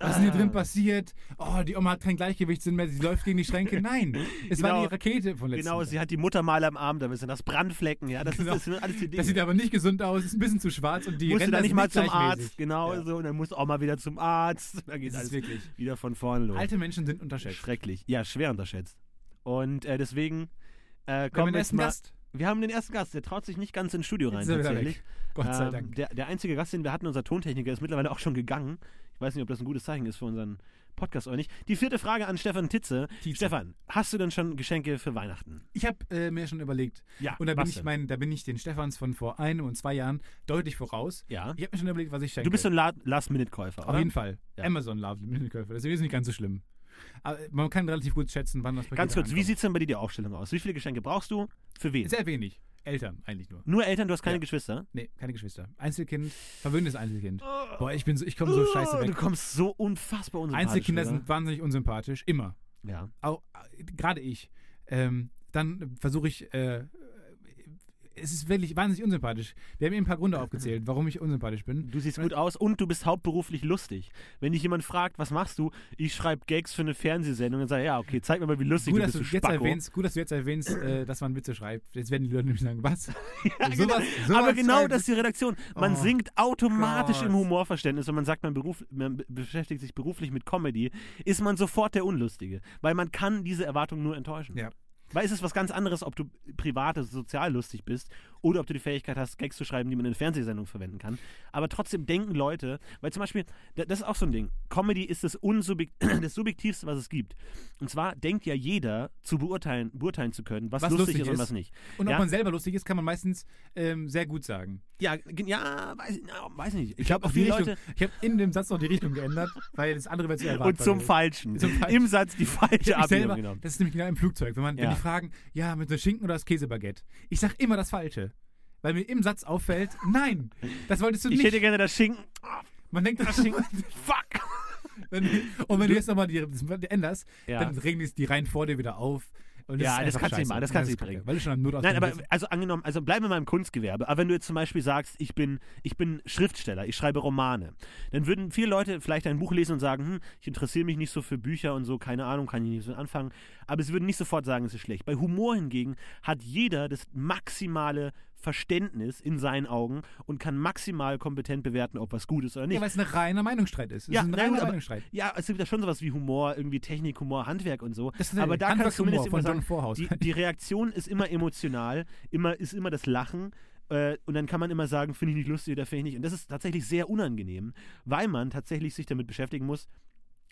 S1: Was ist denn hier drin passiert? Oh, die Oma hat kein Gleichgewichtssinn mehr, sie läuft gegen die Schränke. Nein, es war
S2: Genau.
S1: die Rakete von letztem
S2: Genau,
S1: Jahr.
S2: sie hat die Mutter mal am Arm, da sind das Brandflecken, ja. Das,
S1: Genau.
S2: ist, das sind alles die Dinge.
S1: Das sieht aber nicht gesund aus, ist ein bisschen zu schwarz und die
S2: musst du
S1: Ränder
S2: dann nicht
S1: sind
S2: mal zum
S1: gleichmäßig.
S2: Arzt, genau
S1: Ja.
S2: so. Und dann musst du auch mal wieder zum Arzt. Da geht
S1: Das ist
S2: alles
S1: wirklich.
S2: wieder von vorne los.
S1: Alte Menschen sind unterschätzt.
S2: Schrecklich. Ja, schwer unterschätzt. Und äh, deswegen
S1: Kommen
S2: äh, kommen
S1: wir
S2: wir jetzt
S1: ersten
S2: mal.
S1: Gast.
S2: Wir haben den ersten Gast, der traut sich nicht ganz ins Studio rein
S1: Jetzt ist er wieder
S2: tatsächlich.
S1: weg. Gott sei
S2: Ähm,
S1: Dank.
S2: Der, der einzige Gast, den wir hatten, unser Tontechniker, ist mittlerweile auch schon gegangen. Ich weiß nicht, ob das ein gutes Zeichen ist für unseren Podcast oder nicht. Die vierte Frage an Stefan Titze.
S1: Tietze.
S2: Stefan, hast du denn schon Geschenke für Weihnachten?
S1: Ich habe äh, mir schon überlegt.
S2: Ja,
S1: Und da bin,
S2: was
S1: ich
S2: denn?
S1: mein, da bin ich den Stefans von vor einem und zwei Jahren deutlich voraus.
S2: Ja.
S1: Ich habe mir schon überlegt, was ich schenke.
S2: Du bist so ein La- Last-Minute-Käufer,
S1: Auf
S2: oder?
S1: jeden Fall.
S2: Ja.
S1: Amazon Love Minenkäufer. Deswegen ist es nicht ganz so schlimm. Aber man kann relativ gut schätzen, wann das Paket
S2: Ganz kurz, wie
S1: ankommt.
S2: sieht es denn bei dir die Aufstellung aus? Wie viele Geschenke brauchst du? Für wen?
S1: Sehr wenig. Eltern eigentlich nur.
S2: Nur Eltern, du hast keine
S1: Ja.
S2: Geschwister?
S1: Nee, keine Geschwister. Einzelkind, verwöhntes Einzelkind. Boah, ich bin so, ich komme so scheiße
S2: Oh, Du
S1: weg.
S2: kommst so unfassbar unsympathisch.
S1: Einzelkinder
S2: rüber.
S1: sind wahnsinnig unsympathisch. Immer.
S2: Ja.
S1: Au- äh, gerade ich, ähm, dann versuche ich, äh, es ist wirklich wahnsinnig unsympathisch. Wir haben eben ein paar Gründe aufgezählt, warum ich unsympathisch bin.
S2: Du siehst gut aus und du bist hauptberuflich lustig. Wenn dich jemand fragt, was machst du? Ich schreibe Gags für eine Fernsehsendung. Dann sag ich, ja, okay, zeig mir mal, wie lustig
S1: Gut,
S2: du
S1: dass
S2: bist,
S1: du,
S2: du
S1: jetzt
S2: Spacko.
S1: erwähnst, gut, dass du jetzt erwähnst, äh, dass man Witze schreibt. Jetzt werden die Leute nämlich sagen, was? Sowas- sowas
S2: Aber genau
S1: schreiben-
S2: das ist die Redaktion. Man
S1: halt Oh
S2: sinkt automatisch im
S1: Gott.
S2: Humorverständnis, wenn man sagt, man, beruf, man be- beschäftigt sich beruflich mit Comedy, ist man sofort der Unlustige, weil man kann diese Erwartung nur enttäuschen.
S1: Ja.
S2: Weil es ist was ganz anderes, ob du privat also sozial lustig bist oder ob du die Fähigkeit hast, Gags zu schreiben, die man in Fernsehsendungen verwenden kann. Aber trotzdem denken Leute, weil zum Beispiel, da- das ist auch so ein Ding, Comedy ist das, Unsubjek das Subjektivste, was es gibt. Und zwar denkt ja jeder, zu beurteilen, beurteilen zu können, was, lustig ist und was nicht.
S1: Und
S2: Ja.
S1: ob man selber lustig ist, kann man meistens ähm, sehr gut sagen.
S2: Ja, ge- ja, weiß, na, weiß nicht. Ich
S1: Ich habe
S2: glaube,
S1: auch die
S2: viele
S1: Richtung,
S2: Leute.
S1: ich habe in dem Satz noch die Richtung geändert, weil das andere wäre zu erwarten.
S2: Und zum Falschen.
S1: Zum Falschen.
S2: Im Satz die falsche
S1: ich
S2: Abbildung
S1: selber,
S2: genommen.
S1: das ist nämlich genau im Flugzeug, wenn man wenn
S2: Ja.
S1: die fragen, ja, mit einer Schinken oder das Käsebaguette. Ich sag immer das Falsche. Weil mir im Satz auffällt, nein, das wolltest du
S2: Ich
S1: nicht.
S2: hätte gerne das Schinken. Ah,
S1: man denkt, das
S2: Schinken. Fuck!
S1: wenn, Und wenn du jetzt nochmal die, das änderst,
S2: Ja.
S1: dann regen die, die Reihen vor dir wieder auf. Und ist
S2: Ja, das
S1: einfach
S2: kannst du nicht
S1: scheiße.
S2: machen, das kannst du
S1: Ja,
S2: nicht
S1: ist kacke,
S2: bringen.
S1: Weil du schon am Notausgang
S2: Nein, aber
S1: bist.
S2: also angenommen, also bleiben wir mal im Kunstgewerbe. Aber wenn du jetzt zum Beispiel sagst, ich bin, ich bin Schriftsteller, ich schreibe Romane, dann würden viele Leute vielleicht ein Buch lesen und sagen, hm, ich interessiere mich nicht so für Bücher und so, keine Ahnung, kann ich nicht so anfangen. Aber sie würden nicht sofort sagen, es ist schlecht. Bei Humor hingegen hat jeder das maximale Verständnis in seinen Augen und kann maximal kompetent bewerten, ob was gut ist oder nicht.
S1: Ja, weil es ein reiner Meinungsstreit ist. Es
S2: Ja,
S1: ist ein
S2: na gut,
S1: reiner
S2: aber-
S1: Meinungsstreit.
S2: Ja, es gibt ja schon sowas wie Humor, irgendwie Technik, Humor, Handwerk und so.
S1: Das ist
S2: aber
S1: der
S2: da kannst du
S1: Handwerkshumor
S2: zumindest immer
S1: von
S2: sagen,
S1: John Vorhaus.
S2: die, die Reaktion ist immer emotional, immer ist immer das Lachen. Äh, und dann kann man immer sagen, finde ich nicht lustig oder finde ich nicht. Und das ist tatsächlich sehr unangenehm, weil man tatsächlich sich damit beschäftigen muss.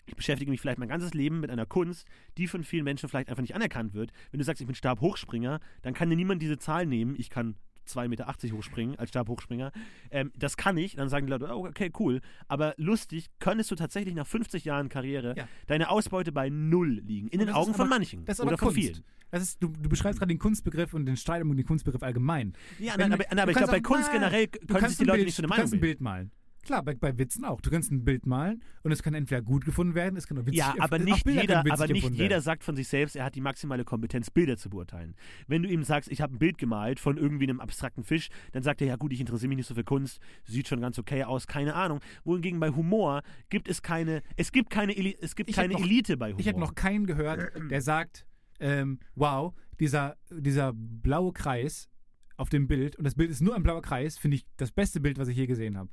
S2: Ich beschäftige mich vielleicht mein ganzes Leben mit einer Kunst, die von vielen Menschen vielleicht einfach nicht anerkannt wird. Wenn du sagst, ich bin Stabhochspringer, dann kann dir niemand diese Zahl nehmen. Ich kann 2,80 Meter hochspringen als Stabhochspringer. Ähm, das kann ich. Dann sagen die Leute, oh, okay, cool. Aber lustig, könntest du tatsächlich nach 50 Jahren Karriere
S1: Ja.
S2: deine Ausbeute bei null liegen.
S1: Und
S2: In den
S1: das ist
S2: Augen von
S1: aber-
S2: manchen.
S1: Das ist aber
S2: oder von
S1: Kunst.
S2: vielen.
S1: Das ist, du, du beschreibst gerade den Kunstbegriff und den Streit um den Kunstbegriff allgemein.
S2: Ja,
S1: Wenn-
S2: Ah, nein, aber,
S1: du
S2: nein, aber ich
S1: kannst
S2: glaube, bei
S1: auch-
S2: Kunst
S1: nein,
S2: generell
S1: Du
S2: können sich die
S1: ein
S2: Leute
S1: Bild,
S2: nicht so eine
S1: du
S2: Meinung
S1: kannst ein
S2: bilden.
S1: Bild malen. Klar, bei, bei Witzen auch. Du kannst ein Bild malen und es kann entweder gut gefunden werden, es kann auch witzig
S2: Ja, aber
S1: auch
S2: nicht,
S1: Bilder
S2: jeder,
S1: können witzig
S2: aber nicht
S1: empfunden
S2: jeder
S1: werden.
S2: sagt von sich selbst, er hat die maximale Kompetenz, Bilder zu beurteilen. Wenn du ihm sagst, ich habe ein Bild gemalt von irgendwie einem abstrakten Fisch, dann sagt er, ja gut, ich interessiere mich nicht so für Kunst, sieht schon ganz okay aus, keine Ahnung. Wohingegen bei Humor gibt es keine, es gibt keine, Eli es gibt
S1: Ich hab
S2: keine
S1: noch-
S2: Elite bei Humor.
S1: Ich habe noch keinen gehört, der sagt, ähm, wow, dieser, dieser blaue Kreis auf dem Bild, und das Bild ist nur ein blauer Kreis, finde ich das beste Bild, was ich je gesehen habe.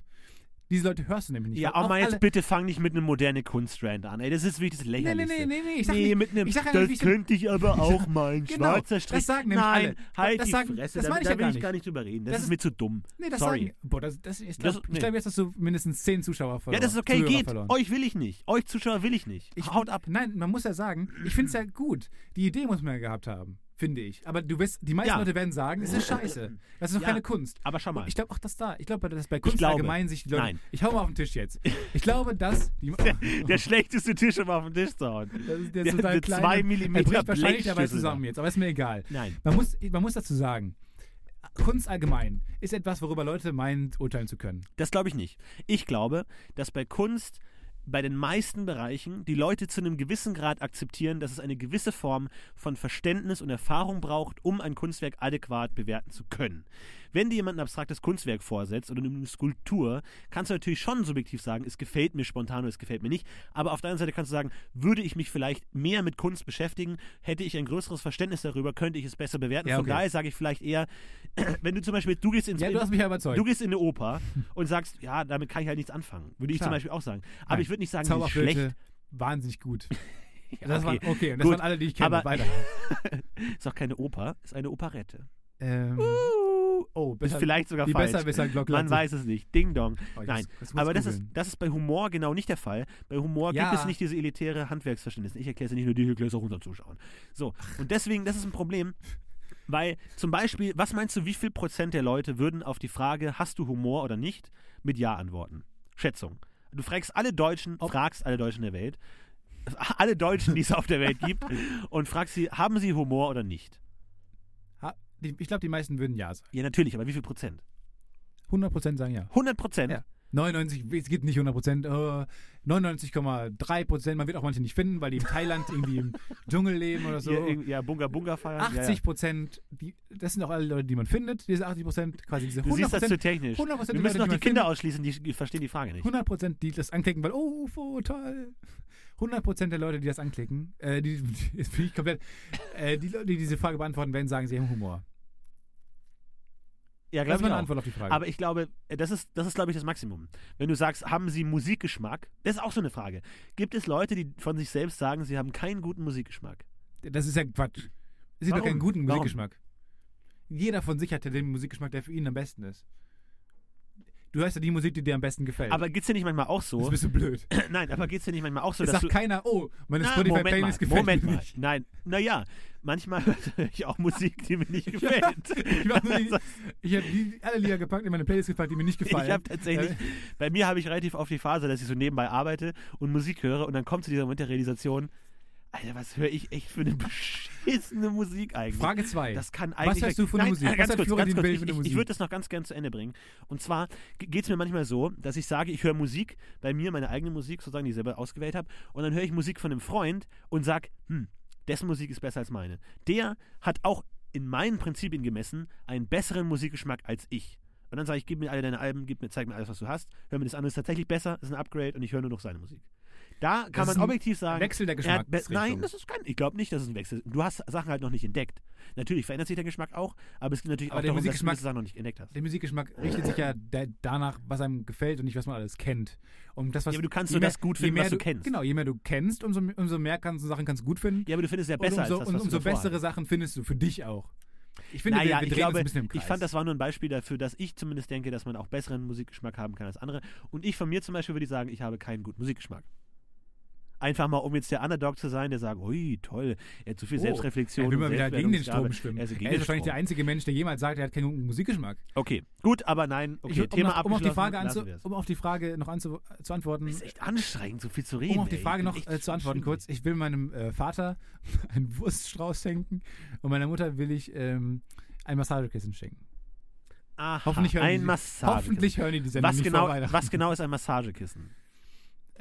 S1: Diese Leute hörst du nämlich nicht.
S2: Ja,
S1: weil
S2: auch mal
S1: alle-
S2: jetzt bitte fang nicht mit einem modernen Kunstrand an. Ey, das ist wirklich das
S1: Nee, nee,
S2: Lächerlichste.
S1: nee, nee, nee. Ich sag
S2: nee,
S1: nicht,
S2: mit einem,
S1: ich sag ja
S2: das
S1: nicht, wie ich-
S2: könnte ich aber auch mal, ein
S1: Genau,
S2: schwarzer
S1: das
S2: Strich.
S1: sagen nämlich
S2: Nein,
S1: alle.
S2: halt
S1: Das
S2: die
S1: sagen-
S2: Fresse,
S1: das
S2: da,
S1: meine ich
S2: da
S1: ja
S2: will
S1: gar
S2: ich gar nicht drüber reden. Das,
S1: Das
S2: ist
S1: ist-
S2: mir zu dumm.
S1: Nee, das
S2: Sorry.
S1: sagen. Boah, das, das ist.
S2: Das-
S1: Glaub,
S2: nee.
S1: Ich glaube, jetzt hast du mindestens zehn Zuschauer verloren.
S2: Ja, das ist okay,
S1: Zuhörer
S2: geht.
S1: Verloren.
S2: Euch will ich nicht. Euch Zuschauer will ich nicht.
S1: Ich-
S2: Haut ab.
S1: Nein, man muss ja sagen, ich finde es ja gut. Die Idee muss man ja gehabt haben, finde ich. Aber du wirst, die meisten
S2: Ja.
S1: Leute werden sagen, es ist scheiße. Das ist doch
S2: Ja.
S1: keine Kunst.
S2: Aber schau mal.
S1: Ich glaube auch, dass da, ich glaube, dass bei Kunst
S2: glaube.
S1: allgemein sich die Leute.
S2: Nein.
S1: Ich hau mal auf den Tisch jetzt. Ich glaube, dass. Die,
S2: der schlechteste Tisch, um auf den Tisch zu hauen.
S1: das ist der
S2: der-
S1: total
S2: der
S1: kleine,
S2: zwei
S1: Er
S2: Millimeter
S1: bricht wahrscheinlich dabei
S2: Blechschüssel
S1: zusammen
S2: da.
S1: jetzt, aber ist mir egal.
S2: Nein.
S1: Man muss, man muss dazu sagen, Kunst allgemein ist etwas, worüber Leute meinen, urteilen zu können.
S2: Das glaube ich nicht. Ich glaube, dass bei Kunst bei den meisten Bereichen die Leute zu einem gewissen Grad akzeptieren, dass es eine gewisse Form von Verständnis und Erfahrung braucht, um ein Kunstwerk adäquat bewerten zu können. Wenn dir jemand ein abstraktes Kunstwerk vorsetzt oder eine Skulptur, kannst du natürlich schon subjektiv sagen, es gefällt mir spontan oder es gefällt mir nicht, aber auf der anderen Seite kannst du sagen, würde ich mich vielleicht mehr mit Kunst beschäftigen, hätte ich ein größeres Verständnis darüber, könnte ich es besser bewerten.
S1: Ja,
S2: Von
S1: okay.
S2: daher sage ich vielleicht eher, wenn du zum Beispiel, du gehst ins
S1: Ja, du hast mich ja überzeugt.
S2: Du gehst in eine Oper und sagst, ja, damit kann ich halt nichts anfangen. Würde ich
S1: Klar.
S2: zum Beispiel auch sagen. Aber
S1: Nein.
S2: ich würde nicht sagen, die ist
S1: Zauberflöte,
S2: schlecht.
S1: wahnsinnig gut.
S2: Ja,
S1: Das
S2: okay.
S1: waren, okay, und das
S2: Gut,
S1: waren alle, die ich kenne.
S2: aber-
S1: Weiter.
S2: Ist auch keine Oper, ist eine Operette.
S1: Ähm, oh,
S2: Ist
S1: besser,
S2: vielleicht sogar
S1: die
S2: falsch.
S1: besser, besser Glocke.
S2: Man weiß es nicht. Ding dong.
S1: Oh, ich
S2: Nein,
S1: muss- das muss
S2: aber das ist,
S1: googeln.
S2: das ist bei Humor genau nicht der Fall. Bei Humor
S1: Ja.
S2: gibt es nicht diese elitäre Handwerksverständnis. Ich erkläre es ja nicht nur dir, ich erkläre es auch unseren Zuschauern. So, und deswegen, das ist ein Problem. Weil zum Beispiel, was meinst du, wie viel Prozent der Leute würden auf die Frage, hast du Humor oder nicht, mit Ja antworten? Schätzung. Du fragst alle Deutschen, fragst alle Deutschen der Welt, alle Deutschen, die es auf der Welt gibt, und fragst sie, haben sie Humor oder nicht?
S1: Ha- die- Ich glaube, die meisten würden ja sagen.
S2: Ja, natürlich, aber wie viel Prozent?
S1: 100% sagen ja.
S2: 100 Prozent?
S1: Ja. 99, es gibt nicht 100 Prozent, äh, 99,3 Prozent. Man wird auch manche nicht finden, weil die in Thailand irgendwie im Dschungel leben oder so.
S2: Ja, irgend- ja, Bunga Bunga feiern. ja,
S1: 80 Prozent, die- das sind auch alle Leute, die man findet, diese 80 Prozent, quasi diese
S2: Ja. Du siehst das
S1: 100
S2: zu technisch.
S1: 100%
S2: Wir müssen
S1: Leute,
S2: noch
S1: die
S2: die
S1: man
S2: Kinder
S1: findet.
S2: ausschließen, die, die verstehen die Frage nicht.
S1: 100 Prozent, die das anklicken, weil, oh, UFO, toll. 100 Prozent der Leute, die das anklicken, äh, die, jetzt bin ich komplett, äh, die Leute, die diese Frage beantworten werden, sagen, sie haben Humor.
S2: Ja,
S1: Das
S2: glaub
S1: ist meine
S2: auch.
S1: Antwort auf die Frage.
S2: Aber ich glaube, äh, das ist, das ist glaube ich, das Maximum. Wenn du sagst, haben sie Musikgeschmack? Das ist auch so eine Frage. Gibt es Leute, die von sich selbst sagen, sie haben keinen guten Musikgeschmack?
S1: das ist ja Quatsch. Es gibt doch
S2: Warum?
S1: keinen guten
S2: Warum?
S1: Musikgeschmack. Jeder von sich hat ja den Musikgeschmack, der für ihn am besten ist. Du hörst ja die Musik, die dir am besten gefällt.
S2: Aber geht es dir nicht manchmal auch
S1: das
S2: so?
S1: bist du blöd.
S2: Nein, aber geht es dir nicht manchmal auch so,
S1: Es
S2: dass
S1: sagt
S2: du...
S1: keiner, oh, meine
S2: Na,
S1: Spotify-Playlist
S2: mal,
S1: gefällt
S2: Moment
S1: mir
S2: mal.
S1: nicht.
S2: Nein, naja, manchmal höre ich auch Musik, die mir nicht gefällt.
S1: Ich, war nur die- ich habe die alle Lieder gepackt in meine Playlist gepackt, die mir nicht gefallen.
S2: Ich habe tatsächlich, bei mir habe ich relativ oft die Phase, dass ich so nebenbei arbeite und Musik höre und dann kommt zu dieser Moment der Realisation, Alter, was höre ich echt für eine beschissene Musik eigentlich?
S1: Äh, Frage 2.
S2: das kann
S1: Was
S2: eigentlich.
S1: hörst du von der
S2: Nein,
S1: Musik?
S2: äh, Ganz
S1: Was hat
S2: kurz,
S1: Florentin
S2: ganz kurz.
S1: Will
S2: Ich,
S1: für eine
S2: ich, ich
S1: Musik?
S2: würde das noch ganz gern zu Ende bringen. Und zwar geht es mir manchmal so, dass ich sage, ich höre Musik bei mir, meine eigene Musik, sozusagen, die ich selber ausgewählt habe. Und dann höre ich Musik von einem Freund und sage, hm, dessen Musik ist besser als meine. Der hat auch in meinen Prinzipien gemessen einen besseren Musikgeschmack als ich. Und dann sage ich, gib mir alle deine Alben, gib mir, zeig mir alles, was du hast. Hör mir das an, das ist tatsächlich besser, ist ein Upgrade und ich höre nur noch seine Musik. Da kann
S1: Das ist
S2: man
S1: ein
S2: objektiv sagen,
S1: Wechsel der
S2: er hat be-
S1: Geschmacksrichtung.
S2: Nein, das ist kein. Ich glaube nicht, dass es ein Wechsel ist. Du hast Sachen halt noch nicht entdeckt. Natürlich verändert sich der Geschmack auch, aber es geht natürlich
S1: Aber
S2: auch
S1: der
S2: darum, dass du
S1: Musikgeschmack-
S2: gewisse Sachen noch nicht entdeckt hast.
S1: der Musikgeschmack richtet sich ja da- danach, was einem gefällt und nicht, was man alles kennt. Und das, was,
S2: Ja, aber du kannst
S1: je
S2: nur
S1: mehr-
S2: das gut
S1: je
S2: finden,
S1: mehr
S2: was du kennst.
S1: Genau, je mehr du kennst, umso, umso mehr kannst du Sachen kannst du gut finden.
S2: Ja, aber du findest es ja besser
S1: und umso,
S2: als das,
S1: und
S2: was
S1: umso
S2: du davor
S1: bessere
S2: hattest.
S1: Sachen findest du für dich auch. Ich finde,
S2: naja,
S1: wir, wir
S2: ich
S1: drehen uns
S2: glaube,
S1: ein bisschen im Kreis.
S2: ich fand, das war nur ein Beispiel dafür, dass ich zumindest denke, dass man auch besseren Musikgeschmack haben kann als andere. Und ich von mir zum Beispiel würde ich sagen, ich habe keinen guten Musikgeschmack. Einfach mal, um jetzt der Underdog zu sein, der sagt, ui, toll, er hat zu viel
S1: Oh,
S2: Selbstreflexion.
S1: er will
S2: und
S1: mal wieder gegen den
S2: Selbstwertungsgabe.
S1: Strom schwimmen.
S2: Er
S1: Er
S2: ist,
S1: ist,
S2: gegen den
S1: wahrscheinlich der
S2: Strom.
S1: einzige Mensch, der jemals sagt, er hat keinen guten Musikgeschmack.
S2: Okay, gut, aber nein, okay,
S1: Ich- um,
S2: Thema
S1: noch, um auf die
S2: abgeschlossen,
S1: Frage,
S2: lassen
S1: anzu,
S2: wir es.
S1: um auf die Frage noch anzu, zu antworten,
S2: ist echt anstrengend, so viel zu reden.
S1: um auf die
S2: ey.
S1: Frage
S2: Ich bin
S1: noch
S2: echt
S1: äh, zu antworten
S2: schwindelig.
S1: kurz. Ich will meinem äh, Vater einen Wurststrauß schenken und meiner Mutter will ich ähm, ein Massagekissen schenken.
S2: Aha,
S1: Hoffentlich hören
S2: ein
S1: die,
S2: Massagekissen.
S1: Hoffentlich hören die diese
S2: was
S1: nicht
S2: genau,
S1: vor Weihnachten.
S2: was genau ist ein Massagekissen?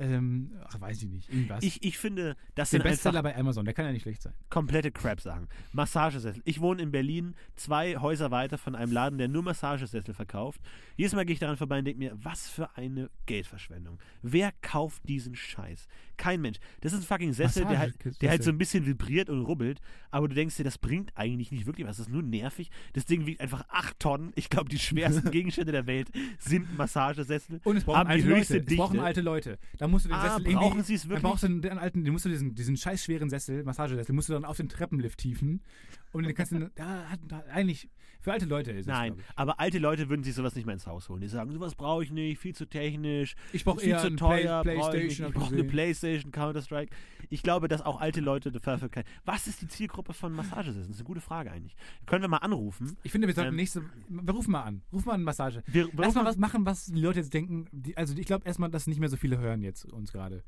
S1: ähm, ach, weiß ich nicht, irgendwas.
S2: Ich, ich finde, das
S1: der
S2: sind einfach
S1: Bestseller bei Amazon, der kann ja nicht schlecht sein.
S2: komplette Crap-Sachen. Massagesessel. Ich wohne in Berlin, zwei Häuser weiter von einem Laden, der nur Massagesessel verkauft. Jedes Mal gehe ich daran vorbei und denke mir, was für eine Geldverschwendung. Wer kauft diesen Scheiß? Kein Mensch. Das ist ein fucking Sessel, der halt, der halt so ein bisschen vibriert und rubbelt, aber du denkst dir, das bringt eigentlich nicht wirklich was. Das ist nur nervig. Das Ding wiegt einfach 8 Tonnen. Ich glaube, die schwersten Gegenstände der Welt sind Massagesessel.
S1: Und es brauchen,
S2: haben die
S1: alte
S2: höchste
S1: Leute. es
S2: Dichte.
S1: brauchen alte Leute. Da musst du den
S2: Ah,
S1: Sessel
S2: brauchen
S1: irgendwie.
S2: sie es
S1: Dann
S2: wirklich?
S1: brauchst du den, den alten, den musst du diesen, diesen scheiß schweren Sessel, Massagesessel, musst du dann auf den Treppenlift tiefen. Und dann kannst du. Ja, hat- hat- eigentlich. Für alte Leute ist es.
S2: Nein,
S1: glaub
S2: aber alte Leute würden sich sowas nicht mehr ins Haus holen. Die sagen, sowas brauche ich nicht, viel zu technisch,
S1: Ich, ich brauche
S2: viel
S1: eher
S2: zu
S1: einen
S2: teuer,
S1: Play,
S2: brauche ich, nicht.
S1: Playstation.
S2: ich
S1: hab
S2: brauche eine
S1: gesehen.
S2: Playstation, Counter-Strike. Ich glaube, dass auch alte Leute dafür können. Was ist die Zielgruppe von Massagesesseln? Das ist eine gute Frage eigentlich. Können wir mal anrufen?
S1: Ich finde, wir sollten
S2: Ähm,
S1: nächste. Wir rufen mal an. Ruf mal an Massage.
S2: Wir,
S1: Lass mal was machen, was die Leute jetzt denken. Die, also ich glaube erstmal, dass nicht mehr so viele hören jetzt uns gerade.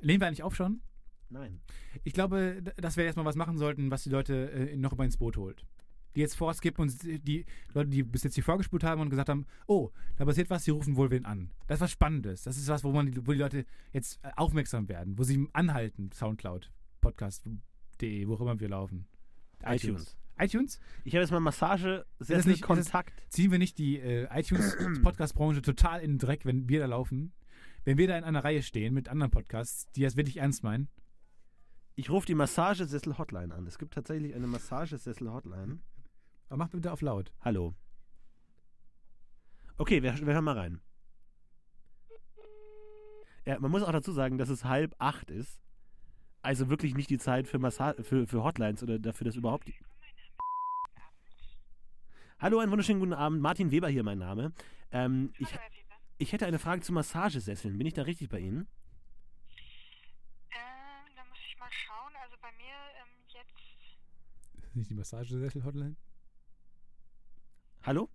S1: Lehnen wir eigentlich auf schon?
S2: Nein.
S1: Ich glaube, d- dass wir erstmal was machen sollten, was die Leute äh, noch über ins Boot holt. Die jetzt vorskippen und die Leute, die bis jetzt hier vorgespult haben und gesagt haben, oh, da passiert was, die rufen wohl wen an. Das ist was Spannendes. Das ist was, wo, man, die- wo die Leute jetzt äh, aufmerksam werden, wo sie anhalten, Soundcloud, Podcast.de, wo auch immer wir laufen.
S2: iTunes.
S1: iTunes?
S2: Ich habe jetzt mal
S1: das nicht- ist das-
S2: Massagesessel-Kontakt.
S1: Ziehen wir nicht die äh, iTunes-Podcast-Branche total in den Dreck, wenn wir da laufen? Wenn wir da in einer Reihe stehen mit anderen Podcasts, die das wirklich ernst meinen?
S2: Ich rufe die Massagesessel-Hotline an. Es gibt tatsächlich eine Massagesessel-Hotline.
S1: Aber mach bitte auf laut.
S2: Hallo. Okay, wir, wir hören mal rein. Ja, man muss auch dazu sagen, dass es halb acht ist. Also wirklich nicht die Zeit für, Massa für, für Hotlines oder dafür, dass überhaupt. Die Hallo, einen wunderschönen guten Abend. Martin Weber hier, mein Name. Ähm, ich,
S3: Hallo, Herr Weber.
S2: ich hätte eine Frage zu Massagesesseln. Bin ich da richtig bei Ihnen?
S3: Ähm, da muss ich mal schauen. Also bei mir ähm, jetzt.
S1: Ist das nicht die Massagesessel-Hotline?
S2: Hallo?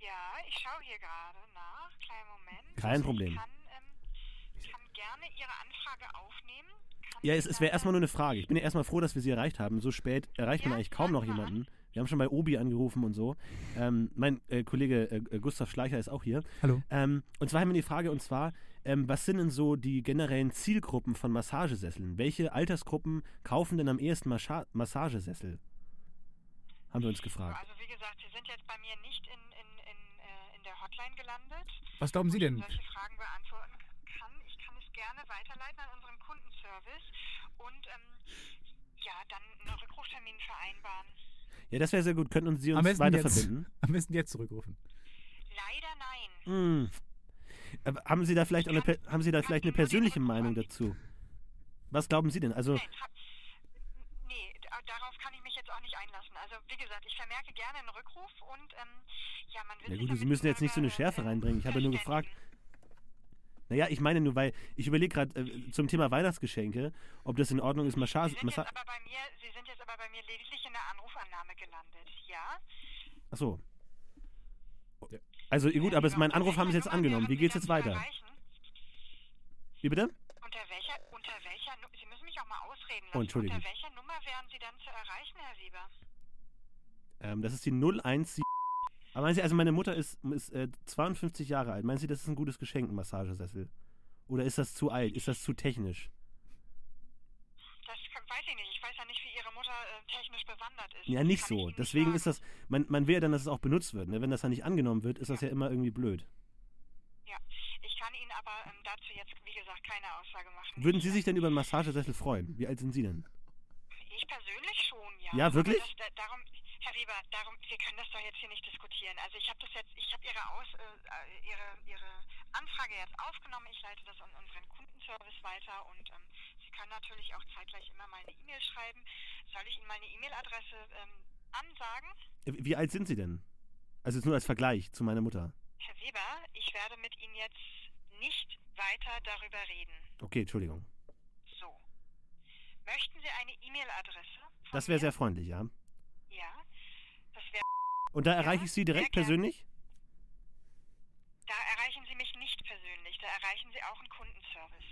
S3: Ja, ich schaue hier gerade nach. Kleinen Moment.
S2: Kein Problem.
S3: Ich kann, ähm, ich kann gerne Ihre Anfrage aufnehmen. Kann
S2: Ja,
S3: Sie
S2: es, es
S3: dann-
S2: wäre erstmal nur eine Frage. Ich bin ja erstmal froh, dass wir sie erreicht haben. So spät erreicht man
S3: Ja,
S2: eigentlich kaum noch
S3: fragen wir
S2: jemanden. Wir haben schon bei Obi angerufen und so. Ähm, mein äh, Kollege äh, äh, Gustav Schleicher ist auch hier.
S1: Hallo.
S2: Ähm, und zwar haben wir die Frage, und zwar, ähm, was sind denn so die generellen Zielgruppen von Massagesesseln? Welche Altersgruppen kaufen denn am ehesten Mascha Massagesessel? Haben wir uns gefragt.
S3: Also wie gesagt, Sie sind jetzt bei mir nicht in, in, in, äh, in der Hotline gelandet.
S1: Was glauben Sie denn?
S3: solche Fragen beantworten kann. Ich kann es gerne weiterleiten an unseren Kundenservice und ähm, ja, dann einen Rückruftermin vereinbaren.
S2: Ja, das wäre sehr gut. Könnten Sie
S1: Am
S2: uns
S1: besten
S2: weiter
S1: jetzt.
S2: verbinden?
S1: Am besten jetzt zurückrufen.
S3: Leider
S2: Hm.
S3: nein.
S2: Aber Haben Sie da vielleicht, auch eine, per- haben Sie da
S3: kann
S2: vielleicht eine
S3: Ihnen nur die
S2: persönliche
S3: Rückruf
S2: Meinung
S3: anbieten.
S2: dazu? Was glauben Sie denn? Also,
S3: Nein, hab, nee, da- darauf kann ich mich jetzt auch nicht einlassen. Also wie gesagt, ich vermerke gerne einen Rückruf und ähm, ja, man wird
S2: Ja
S3: sich
S2: gut,
S3: damit
S2: Sie müssen jetzt nicht so eine
S3: darüber,
S2: Schärfe
S3: äh,
S2: reinbringen. Ich habe nur gefragt.
S3: verständigen.
S2: Naja, ich meine nur, weil ich überlege gerade äh, zum Thema Weihnachtsgeschenke, ob das in Ordnung ist. Mascha
S3: Sie sind,
S2: Massa
S3: jetzt aber bei mir, Sie sind jetzt aber bei mir lediglich in der Anrufannahme gelandet, ja?
S2: Achso. Also gut,
S3: Genau.
S2: aber es- meinen Anruf haben Sie jetzt angenommen. Wie geht's jetzt weiter? Wie bitte?
S3: Unter welcher, unter welcher, Nu- Sie müssen mich auch mal ausreden lassen.
S2: Oh, Entschuldigung.
S3: Unter welcher Nummer wären Sie dann zu erreichen, Herr Weber?
S2: Ähm, das ist die 017. Aber meinen Sie, also meine Mutter ist, ist äh, 52 Jahre alt. Meinen Sie, das ist ein gutes Geschenk, ein Massagesessel? Oder ist das zu alt? Ist das zu technisch?
S3: Das kann- weiß ich nicht. Ich weiß ja nicht, wie Ihre Mutter äh, technisch bewandert ist.
S2: Ja,
S3: Das
S2: nicht
S3: kann ich
S2: so.
S3: Ihnen
S2: Deswegen
S3: sagen.
S2: ist das, man, man will ja dann, dass es auch benutzt wird. Ne? Wenn das dann nicht angenommen wird, ist das ja immer irgendwie blöd.
S3: Ja, ich kann Ihnen aber ähm, dazu jetzt, wie gesagt, keine Aussage machen.
S2: Würden
S3: Ich,
S2: Sie sich
S3: äh,
S2: denn über einen Massagesessel freuen? Wie alt sind Sie denn?
S3: Ich persönlich schon, ja.
S2: Ja,
S3: Aber
S2: wirklich?
S3: Das, da, darum, Herr Weber, darum, wir können das doch jetzt hier nicht diskutieren. Also ich habe das jetzt, ich habe Ihre, Aus, äh, Ihre, Ihre Anfrage jetzt aufgenommen. Ich leite das an unseren Kundenservice weiter und ähm, Sie können natürlich auch zeitgleich immer mal eine E-Mail schreiben. Soll ich Ihnen meine E-Mail-Adresse ähm, ansagen?
S2: Wie alt sind Sie denn? Also jetzt nur als Vergleich zu meiner Mutter.
S3: Herr Weber, ich werde mit Ihnen jetzt nicht weiter darüber reden.
S2: Okay, Entschuldigung.
S3: So. Möchten Sie eine E-Mail-Adresse? von
S2: Das wäre
S3: mir?
S2: sehr freundlich, ja.
S3: Ja. Das wäre.
S2: Und da erreiche ich Sie direkt
S3: sehr gerne.
S2: persönlich?
S3: Da erreichen Sie mich nicht persönlich. Da erreichen Sie auch einen Kundenservice.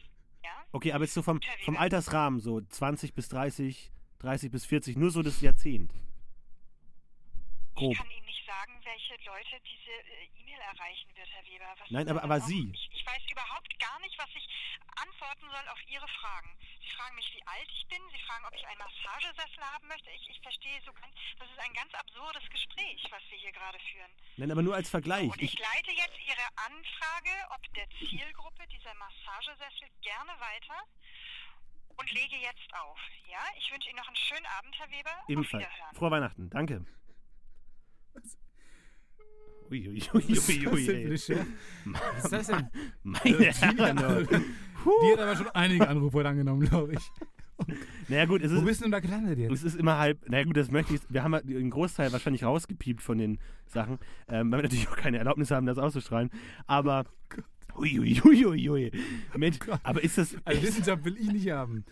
S3: Ja?
S2: Okay, aber jetzt so vom,
S3: Herr
S2: vom
S3: Weber.
S2: Altersrahmen, so 20 bis 30, 30 bis 40, nur so das Jahrzehnt. Grob.
S3: Ich kann Ihnen nicht sagen, wer welche Leute diese äh, E-Mail erreichen wird, Herr Weber. Was
S2: Nein,
S3: soll
S2: aber-
S3: das
S2: aber
S3: auch?
S2: Sie.
S3: Ich, ich weiß überhaupt gar nicht, was ich antworten soll auf Ihre Fragen. Sie fragen mich, wie alt ich bin. Sie fragen, ob ich einen Massagesessel haben möchte. Ich, ich verstehe so ganz, das ist ein ganz absurdes Gespräch, was wir hier gerade führen.
S2: Nein, aber nur als Vergleich.
S3: Und ich
S2: Ich,
S3: leite jetzt Ihre Anfrage, ob der Zielgruppe dieser Massagesessel gerne weiter und lege jetzt auf. Ja, ich wünsche Ihnen noch einen schönen Abend, Herr Weber.
S2: ebenfalls.
S3: Auf Wiederhören.
S2: Frohe Weihnachten. Danke. Ui, ui, ui, ui,
S1: Was ist das
S2: ui,
S1: denn für
S2: ey.
S1: eine Äh, Schärfe? Was ist das denn?
S2: Meine Herren. genau.
S1: Die hat aber schon einige Anrufe heute angenommen, glaube ich.
S2: Naja gut, es
S1: Wo
S2: ist,
S1: bist du denn da gelandet jetzt?
S2: es ist immer halb, naja gut, das möchte ich, wir haben ja den Großteil wahrscheinlich rausgepiept von den Sachen, ähm, weil wir natürlich auch keine Erlaubnis haben, das auszustrahlen, aber uiuiuiui, Mensch, aber ist das,
S1: Also diesen Job will ich nicht haben.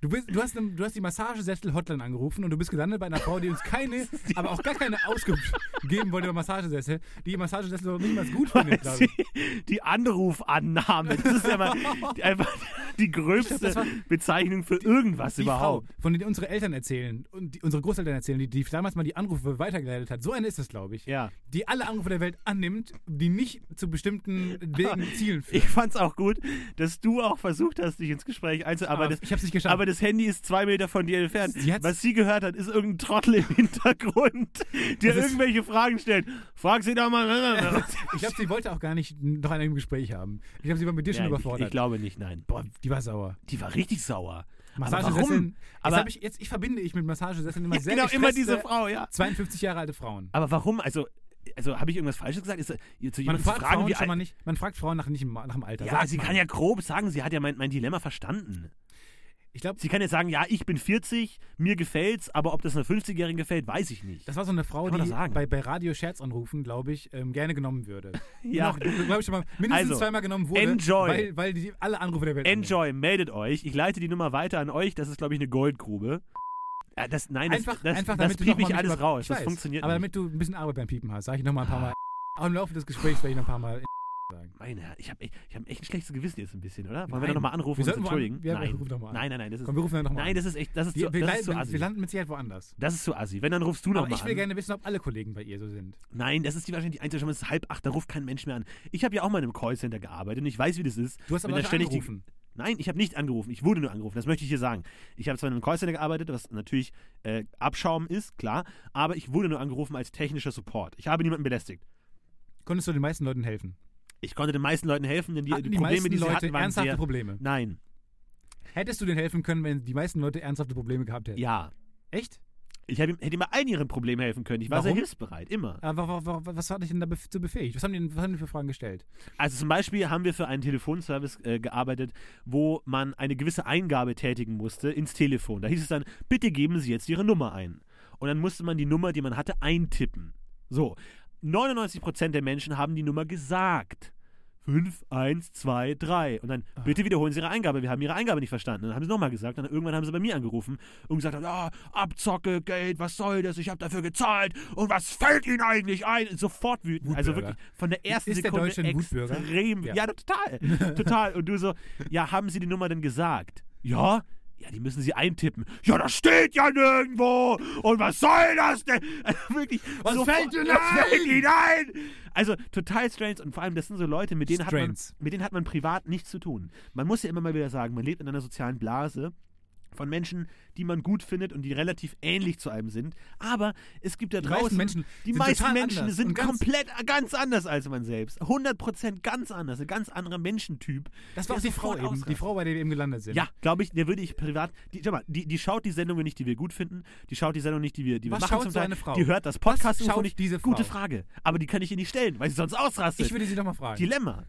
S1: Du, bist, du, hast, eine- du hast die Massagesessel-Hotline angerufen und du bist gelandet bei einer Frau, die uns keine, aber auch gar keine Auskunft geben wollte über Massagesessel. Die Massagesessel doch nicht mal gut findet,
S2: Weißt
S1: glaube
S2: du,
S1: ich.
S2: die Anrufannahme, das ist ja mal die, einfach die gröbste
S1: war-
S2: Bezeichnung für irgendwas
S1: Die
S2: überhaupt.
S1: Frau, von denen unsere Eltern erzählen und die, unsere Großeltern erzählen, die, die damals mal die Anrufe weitergeleitet hat. So eine ist es, glaube ich.
S2: Ja.
S1: Die alle Anrufe der Welt annimmt, die nicht zu bestimmten Wegen, Zielen führen.
S2: Ich fand's auch gut, dass du auch versucht hast, dich ins Gespräch einzu... Aber,
S1: Ah,
S2: das,
S1: ich hab's nicht geschafft.
S2: aber das Handy ist zwei Meter von dir entfernt.
S1: Sie hat's-
S2: Was sie gehört hat, ist irgendein Trottel im Hintergrund, der
S1: Das ist-
S2: irgendwelche Fragen stellt. Frag sie doch mal...
S1: Ich glaube, sie wollte auch gar nicht noch an einem Gespräch haben. Ich glaube, sie war mit dir schon
S2: Ja, ich,
S1: überfordert.
S2: ich glaube nicht, nein.
S1: Boah, die war sauer.
S2: Die war richtig sauer. Aber
S1: Massagesesseln.
S2: warum?
S1: jetzt,
S2: Aber
S1: hab ich, jetzt ich verbinde ich mit Massagesesseln immer sehr
S2: genau, immer
S1: gestresste,
S2: diese Frau, ja.
S1: 52 Jahre alte Frauen.
S2: Aber warum? Also, also habe ich irgendwas Falsches gesagt? Ist, äh, zu
S1: Man
S2: jemandem zu
S1: fragt,
S2: fragen,
S1: Frauen
S2: wie
S1: schon
S2: alt-
S1: mal nicht, man fragt Frauen nach, nicht im, nach dem Alter.
S2: Ja,
S1: Sagt
S2: sie
S1: man.
S2: kann ja grob sagen, sie hat ja mein, mein Dilemma verstanden.
S1: Ich glaube,
S2: Sie kann jetzt sagen, ja, ich bin 40, mir gefällt's, aber ob das einer 50-Jährigen gefällt, weiß ich nicht.
S1: das war so eine Frau,
S2: Kann man
S1: die
S2: doch sagen.
S1: bei, bei Radio Scherz anrufen, glaube ich, ähm, gerne genommen würde.
S2: Ja.
S1: Glaube ich schon mal mindestens
S2: Also,
S1: zweimal genommen wurde.
S2: enjoy.
S1: Weil, weil die alle Anrufe der Welt
S2: Enjoy, meldet euch. Ich leite die Nummer weiter an euch. Das ist, glaube ich, eine Goldgrube. Ja, das, nein, das,
S1: Einfach,
S2: das,
S1: einfach
S2: das
S1: damit du
S2: piep
S1: noch mal
S2: ich
S1: mich
S2: alles
S1: über-
S2: raus.
S1: Ich
S2: das
S1: weiß,
S2: funktioniert
S1: Aber
S2: nicht. Ah.
S1: damit du ein bisschen Arbeit beim Piepen hast, sage ich noch mal ein paar Mal. Auch im Laufe des Gesprächs werde ich noch ein paar Mal sagen.
S2: Meine, Herren, ich habe echt, ich hab echt ein schlechtes Gewissen jetzt ein bisschen, oder? Wollen wir
S1: Nein.
S2: doch nochmal anrufen
S1: Wir
S2: und
S1: sollten wo
S2: uns
S1: an-
S2: entschuldigen?
S1: Ja, wir
S2: nein.
S1: rufen doch mal an.
S2: nein, nein, nein, das ist,
S1: Komm, wir rufen dann nochmal
S2: nein, das ist echt, das ist,
S1: Die,
S2: zu,
S1: wir,
S2: das ist
S1: leiden,
S2: zu
S1: wir
S2: assi.
S1: landen mit Sicherheit woanders.
S2: Das ist zu assi. Wenn, dann rufst du
S1: Aber
S2: nochmal
S1: ich will
S2: an.
S1: gerne wissen, ob alle Kollegen bei ihr so sind.
S2: Nein, das ist die wahrscheinlich die einzige Chance. Es ist halb acht, da ruft kein Mensch mehr an. Ich habe ja auch mal in einem Callcenter gearbeitet und ich weiß, wie das ist.
S1: Du hast aber
S2: wenn
S1: Leute
S2: da ständig
S1: angerufen.
S2: Die, nein, ich habe nicht angerufen. Ich wurde nur angerufen. Das möchte ich hier sagen. Ich habe zwar in einem Callcenter gearbeitet, was natürlich äh, Abschaum ist, klar, aber ich wurde nur angerufen als technischer Support. Ich habe niemanden belästigt.
S1: Konntest du den meisten Leuten helfen?
S2: Ich konnte den meisten Leuten helfen, denn die,
S1: Hatten die
S2: Probleme,
S1: meisten
S2: die sie
S1: Leute
S2: hatten, waren
S1: ernsthafte
S2: sehr...
S1: Probleme?
S2: Nein,
S1: Hättest du denen helfen können, wenn die meisten Leute ernsthafte Probleme gehabt hätten?
S2: ja.
S1: Echt?
S2: Ich hab ihm- hätte ihm bei all ihren Problemen helfen können. Ich war sehr
S1: Warum?
S2: hilfsbereit, immer.
S1: Aber wa- wa- wa- was hat dich denn da bef- zu befähigt? Was haben die, denn- was haben die für Fragen gestellt?
S2: Also zum Beispiel haben wir für einen Telefonservice äh, gearbeitet, wo man eine gewisse Eingabe tätigen musste ins Telefon. Da hieß es dann, bitte geben Sie jetzt Ihre Nummer ein. Und dann musste man die Nummer, die man hatte, eintippen. So, 99% der Menschen haben die Nummer gesagt. 5, 1, 2, 3. Und dann, bitte wiederholen Sie Ihre Eingabe. Wir haben Ihre Eingabe nicht verstanden. Und dann haben sie nochmal gesagt. Und dann irgendwann haben sie bei mir angerufen und gesagt, ah, Abzocke, Geld, was soll das? Ich habe dafür gezahlt. Und was fällt Ihnen eigentlich ein? Sofort wütend. Also
S1: Wutbürger.
S2: wirklich von der ersten
S1: Ist der
S2: Sekunde
S1: Deutsche ein Wutbürger?
S2: extrem. Ja,
S1: Ja.
S2: total. total. Und du so, ja, haben sie die Nummer denn gesagt? Ja. Ja, die müssen sie eintippen. Ja, das steht ja nirgendwo. Und was soll das denn? Also wirklich.
S1: Was fällt Ihnen
S2: was
S1: ein?
S2: fällt Ihnen ein? Also total strange. Und vor allem, das sind so Leute, mit denen, hat man,
S1: Strange.
S2: mit denen hat man privat nichts zu tun. Man muss ja immer mal wieder sagen, man lebt in einer sozialen Blase von Menschen, die man gut findet und die relativ ähnlich zu einem sind. Aber es gibt da
S1: Die meisten
S2: draußen
S1: Menschen
S2: die
S1: sind
S2: meisten
S1: total
S2: Menschen
S1: anders
S2: sind
S1: und ganz-
S2: komplett ganz anders als man selbst. 100% ganz anders, ein ganz anderer Menschentyp.
S1: Das war
S2: der
S1: auch die Frau
S2: sofort
S1: eben, die
S2: ausrastet.
S1: Frau, bei der wir eben gelandet sind.
S2: Ja, glaube ich, der würde ich privat. Die, schau mal, die, die schaut die Sendungen nicht, die wir gut finden. Die schaut die Sendungen nicht, die wir, die wir
S1: Was
S2: machen
S1: schaut
S2: zum
S1: so
S2: Teil.
S1: eine Frau?
S2: Die hört das
S1: Was
S2: Podcast
S1: schaut
S2: nicht.
S1: diese
S2: Gute
S1: Frau?
S2: Frage. Aber die kann ich ihr nicht stellen, weil sie sonst ausrastet.
S1: Ich würde sie doch mal fragen.
S2: Dilemma.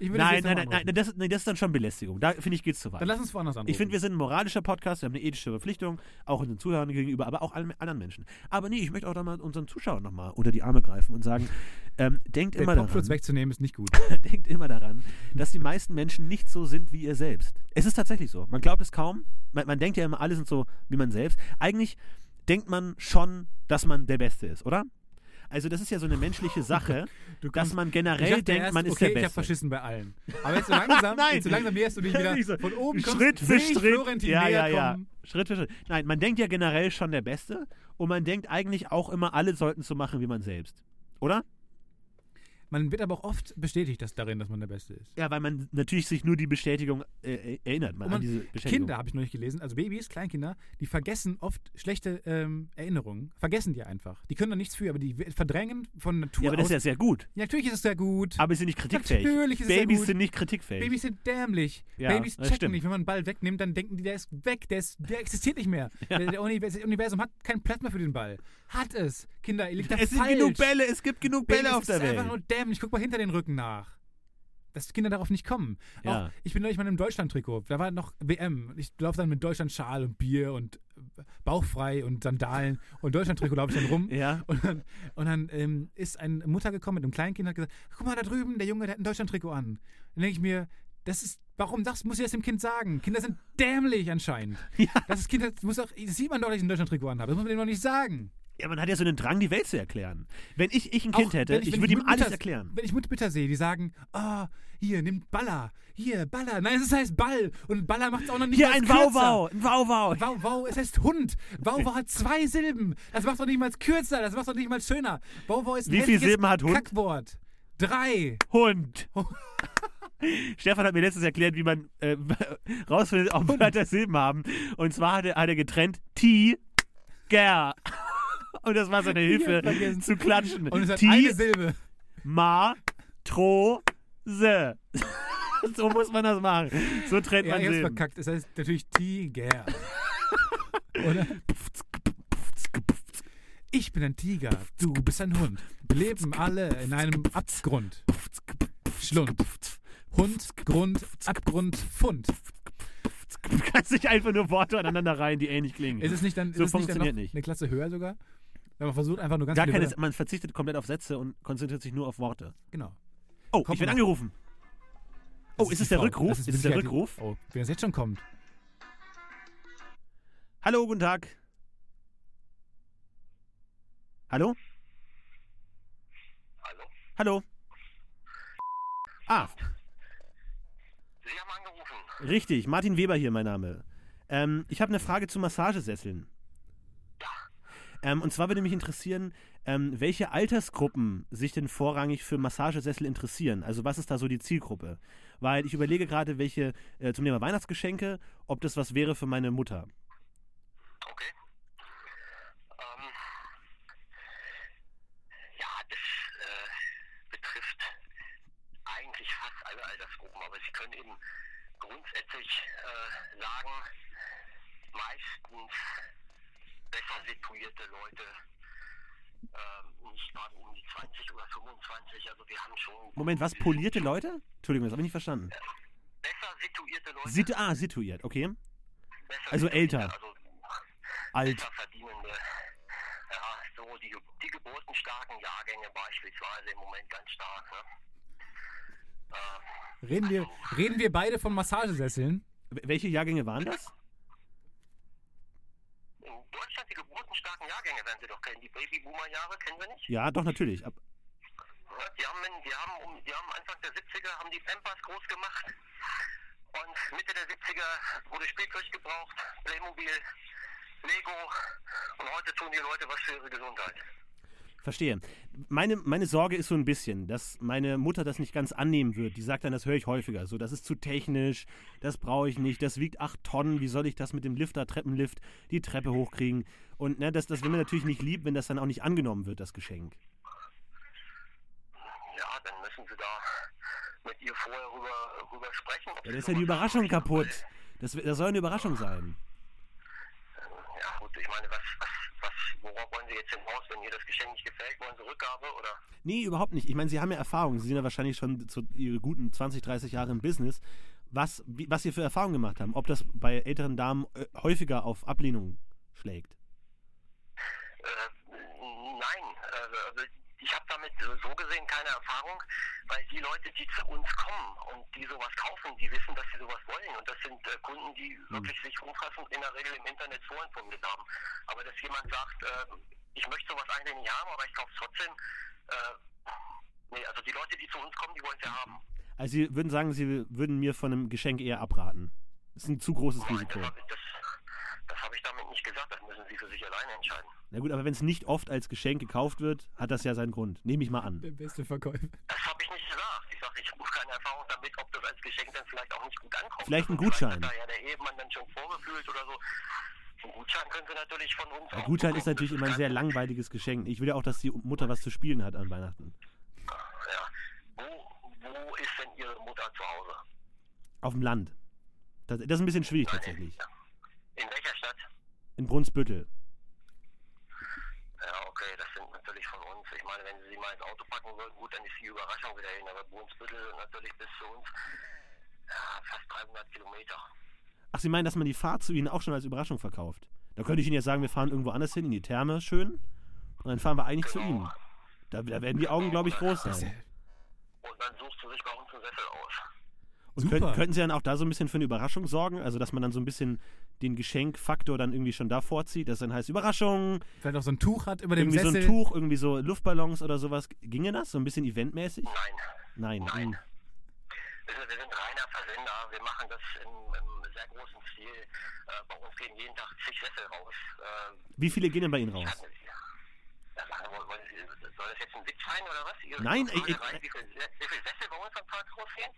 S1: ich würde sie
S2: Nein,
S1: jetzt
S2: nein,
S1: noch
S2: nein,
S1: mal
S2: nein,
S1: anrufen.
S2: das, nein, das ist dann schon Belästigung. Da finde ich, geht's zu weit.
S1: Dann lass uns woanders anrufen.
S2: Ich finde, wir sind ein moralischer Podcast, wir haben eine ethische Verpflichtung, auch unseren Zuhörern gegenüber, aber auch allen anderen Menschen. Aber nee, ich möchte auch da mal unseren Zuschauern nochmal unter die Arme greifen und sagen, ähm, denkt,
S1: den
S2: immer
S1: Popschutz
S2: daran,
S1: wegzunehmen ist nicht gut.
S2: denkt immer daran, dass die meisten Menschen nicht so sind wie ihr selbst. Es ist tatsächlich so. Man glaubt es kaum. Man, man denkt ja immer, alle sind so wie man selbst. Eigentlich denkt man schon, dass man der Beste ist, oder? Also das ist ja so eine menschliche Sache,
S1: Du
S2: dass
S1: kommst-
S2: man
S1: Ich
S2: generell
S1: dachte
S2: denkt,
S1: erst,
S2: man ist
S1: okay,
S2: der
S1: ich habe
S2: Beste.
S1: verschissen bei allen. Aber jetzt so langsam,
S2: Nein.
S1: jetzt so langsam näherst du dich wieder
S2: Nicht so.
S1: von oben kommst,
S2: Schritt für
S1: sehe ich
S2: Schritt.
S1: Florentin
S2: ja,
S1: näher
S2: ja, ja.
S1: kommen.
S2: Schritt für Schritt. Nein, man denkt ja generell schon der Beste und man denkt eigentlich auch immer, alle sollten so machen wie man selbst. oder?
S1: Man wird aber auch oft bestätigt dass darin, dass man der Beste ist.
S2: Ja, weil man natürlich sich nur die Bestätigung äh, erinnert.
S1: Und
S2: Man, an
S1: man-
S2: diese Bestätigung.
S1: Kinder, habe ich noch nicht gelesen, also Babys, Kleinkinder, die vergessen oft schlechte ähm, Erinnerungen. Vergessen die einfach. Die können da nichts für, aber die verdrängen von Natur
S2: Ja, aber das
S1: aus.
S2: ist ja sehr gut.
S1: Ja, natürlich ist es sehr gut.
S2: Aber sie sind nicht kritikfähig.
S1: Natürlich ist es sehr
S2: Babys
S1: gut.
S2: sind nicht kritikfähig.
S1: Babys sind dämlich.
S2: Ja,
S1: Babys
S2: das
S1: checken
S2: stimmt.
S1: nicht. Wenn man einen Ball wegnimmt, dann denken die, der ist weg, der, ist, der existiert nicht mehr. Der, der Univers- das Universum hat keinen Platz mehr für den Ball. Hat es. Kinder, ihr liegt da
S2: es sind
S1: falsch.
S2: genug Bälle, es gibt genug
S1: Babys
S2: Bälle auf der
S1: ist einfach nur
S2: Welt.
S1: dämlich. Guck mal hinter den Rücken nach. Dass Kinder darauf nicht kommen.
S2: Ja.
S1: Auch, ich bin neulich mal in einem Deutschland-Trikot. Da war noch WM. Ich laufe dann mit Deutschland-Schal und Bier und äh, bauchfrei und Sandalen und Deutschland-Trikot laufe ich dann rum.
S2: Ja.
S1: Und dann, und dann ähm, ist eine Mutter gekommen mit einem Kleinkind und hat gesagt, guck mal da drüben, der Junge, der hat ein Deutschland-Trikot an. Dann denke ich mir, das ist, warum sagst, muss ich das dem Kind sagen? Kinder sind dämlich anscheinend.
S2: Ja.
S1: Das ist Kind das muss auch, das sieht man doch, dass ich ein Deutschland-Trikot anhabe. Das muss man dem doch nicht sagen.
S2: ja, man hat ja so einen Drang, die Welt zu erklären. Wenn ich, ich ein Kind
S1: Auch
S2: hätte,
S1: wenn
S2: ich,
S1: wenn
S2: würde ihm
S1: Mütter-
S2: alles erklären.
S1: Wenn ich Mütter sehe, die sagen, oh, hier, nimm Baller, hier, Baller. Nein, es heißt Ball und Baller macht es auch noch nicht
S2: Hier
S1: mal
S2: ein
S1: kürzer.
S2: Wauwau, ein Wauwau.
S1: Wow, wow, es heißt Hund. Wow, wow hat zwei Silben. Das macht doch nicht mal kürzer, das macht doch nicht mal schöner. Wow, wow ist ein
S2: Wie viele
S1: hässliches
S2: Silben hat Hund?
S1: Kackwort. Drei.
S2: Hund.
S1: Oh.
S2: Stefan hat mir letztens erklärt, wie man äh, rausfindet, ob Wörter Silben haben. Und zwar hat er, hat er getrennt T, ger. Und das war seine Hilfe
S1: vergessen.
S2: zu klatschen.
S1: Und es hat
S2: Ti-
S1: eine Silbe.
S2: Ma, Tro, Se. so muss man das machen. So trennt
S1: Ja,
S2: man
S1: ich hab's
S2: Silben.
S1: verkackt. Es heißt natürlich Tiger. Oder? Ich bin ein Tiger, du bist ein Hund. Wir leben alle in einem Abgrund. Schlund. Hund, Grund, Abgrund, Pfund.
S2: Du kannst nicht einfach nur Worte aneinander rein, die ähnlich klingen.
S1: Ist es nicht dann, ist
S2: So
S1: es nicht dann noch
S2: funktioniert nicht.
S1: eine Klasse höher sogar? Wenn man versucht einfach nur ganz
S2: Gar
S1: viele
S2: keine,
S1: Wörter-
S2: man verzichtet komplett auf Sätze und konzentriert sich nur auf Worte.
S1: Genau.
S2: Oh,
S1: Kommt
S2: ich werde
S1: noch.
S2: angerufen.
S1: Das
S2: Oh, ist
S1: die
S2: es der
S1: Frau.
S2: Rückruf?
S1: Das
S2: Ist
S1: mit
S2: es der
S1: Sicherheit die-
S2: Rückruf?
S1: Oh, wenn es jetzt schon kommt.
S2: Hallo, guten Tag. Hallo?
S4: Hallo?
S2: Hallo? Ah,
S4: Sie haben angerufen.
S2: richtig. Martin Weber hier, mein Name. Ähm, ich habe eine Frage zu Massagesesseln. Ähm, und zwar würde mich interessieren, ähm, welche Altersgruppen sich denn vorrangig für Massagesessel interessieren? Also was ist da so die Zielgruppe? Weil ich überlege gerade, welche äh, zum Thema Weihnachtsgeschenke, ob das was wäre für meine Mutter.
S4: Okay. Ähm, ja, das äh, betrifft eigentlich fast alle Altersgruppen, aber Sie können eben grundsätzlich äh, sagen, meistens besser situierte Leute, ähm, nicht gerade um die 20 oder 25, also wir haben schon
S2: Moment, was? Polierte Leute? Entschuldigung, das habe ich nicht verstanden.
S4: besser situierte Leute.
S2: Sit ah, situiert, okay.
S4: besser
S2: also
S4: situierte,
S2: älter.
S4: Also,
S2: Alt.
S4: Besserverdienende, ja, so die, die geburtenstarken Jahrgänge beispielsweise im Moment ganz stark. Ne?
S1: Reden wir, reden wir beide von Massagesesseln?
S2: W- Welche Jahrgänge waren das?
S4: In Deutschland die geburtenstarken Jahrgänge werden Sie doch kennen. Die Babyboomer-Jahre kennen wir nicht.
S2: Ja, doch, natürlich. Ab
S4: Ne? Die, haben, in- die, haben um, die haben Anfang der 70er haben die Pampers groß gemacht. Und Mitte der 70er wurde Spielzeug gebraucht, Playmobil, Lego. Und heute tun die Leute was für ihre Gesundheit.
S2: Verstehe. Meine, meine Sorge ist so ein bisschen, dass meine Mutter das nicht ganz annehmen wird. Die sagt dann, das höre ich häufiger. So, das ist zu technisch, das brauche ich nicht, das wiegt 8 Tonnen, wie soll ich das mit dem Lifter, Treppenlift, die Treppe hochkriegen? Und ne, das, das will man natürlich nicht lieb, wenn das dann auch nicht angenommen wird, das Geschenk.
S4: Ja, dann müssen Sie da mit ihr vorher rüber, rüber sprechen. ob
S2: Ja,
S4: Sie
S2: da ist ja die
S4: sowas
S2: Überraschung
S4: machen.
S2: kaputt. Das, das soll eine Überraschung sein.
S4: Ja gut, ich meine, was, was, was, worauf wollen Sie jetzt im Haus, wenn ihr das Geschenk nicht gefällt, wollen Sie Rückgabe oder?
S2: Nee, überhaupt nicht. Ich meine, Sie haben ja Erfahrung. Sie sind ja wahrscheinlich schon zu Ihre guten 20, 30 Jahre im Business. Was, wie, was Sie für Erfahrungen gemacht haben, ob das bei älteren Damen äh, häufiger auf Ablehnung schlägt.
S4: Äh, nein, äh, also ich habe damit äh, so gesehen keine Erfahrung, weil die Leute, die zu uns kommen und die sowas kaufen, die wissen, dass sie sowas wollen und das sind äh, Kunden, die wirklich sich umfassend in der Regel im Internet vorinformiert haben. Aber dass jemand sagt, äh, ich möchte sowas eigentlich nicht haben, aber ich kaufe es trotzdem, äh, nee, also die Leute, die zu uns kommen, die wollen es ja haben.
S2: Also Sie würden sagen, Sie würden mir von einem Geschenk eher abraten. Das ist ein zu großes
S4: Nein,
S2: Risiko.
S4: Das, das, Das habe ich damit nicht gesagt, das müssen Sie für sich alleine entscheiden.
S2: Na gut, aber wenn es nicht oft als Geschenk gekauft wird, hat das ja seinen Grund. Nehme ich mal an.
S1: Der beste Verkäufer.
S4: Das habe ich nicht gesagt. Ich sage, ich habe keine Erfahrung damit, ob das als Geschenk dann vielleicht auch nicht gut ankommt.
S2: Vielleicht ein Gutschein.
S4: Vielleicht hat da ja der Ehemann dann schon vorgefühlt oder so. Ein Gutschein können Sie natürlich von uns
S2: Ein
S4: auch
S2: Gutschein
S4: bekommen.
S2: ist natürlich
S4: Das
S2: immer ein
S4: ganz-
S2: sehr langweiliges Geschenk. Ich will ja auch, dass die Mutter was zu spielen hat an Weihnachten.
S4: Ja. Wo, wo ist denn Ihre Mutter zu Hause?
S2: Auf dem Land. Das, das ist ein bisschen schwierig tatsächlich.
S4: In welcher Stadt?
S2: In Brunsbüttel.
S4: Ja, okay, das sind natürlich von uns. Ich meine, wenn Sie sie mal ins Auto packen würden, gut, dann ist die Überraschung wieder hin. Aber Brunsbüttel sind natürlich bis zu uns ja, fast 300 Kilometer.
S2: Ach, Sie meinen, dass man die Fahrt zu Ihnen auch schon als Überraschung verkauft? Da könnte ich Ihnen ja sagen, wir fahren irgendwo anders hin, in die Therme, schön. Und dann fahren wir eigentlich zu Ihnen. Da, da werden die Augen, glaube ich, groß sein.
S4: Und dann sucht sie sich bei uns einen Sessel aus.
S2: Und könnten,
S1: Super.
S2: könnten Sie dann auch da so ein bisschen für eine Überraschung sorgen? Also, dass man dann so ein bisschen den Geschenkfaktor dann irgendwie schon da vorzieht, dass dann heißt Überraschung,
S1: Vielleicht auch so ein Tuch hat über dem
S2: irgendwie so
S1: Sessel.
S2: ein Tuch, irgendwie so Luftballons oder sowas. Ginge das? So ein bisschen eventmäßig?
S4: Nein,
S2: Nein.
S4: Nein.
S2: hm.
S4: Wissen Sie, Also wir sind reiner Versender. Wir machen das im, im sehr großen Stil. Äh, bei uns gehen jeden Tag zig Sessel raus. Äh,
S2: Wie viele gehen denn bei Ihnen raus?
S4: Ja, sagen wir, wollen Sie- soll das jetzt ein Witz sein oder was? Ihre
S2: Nein,
S4: Frage
S2: ey, ey,
S4: rein, wie viele wie viel Sessel bei uns am Tag rausgehen?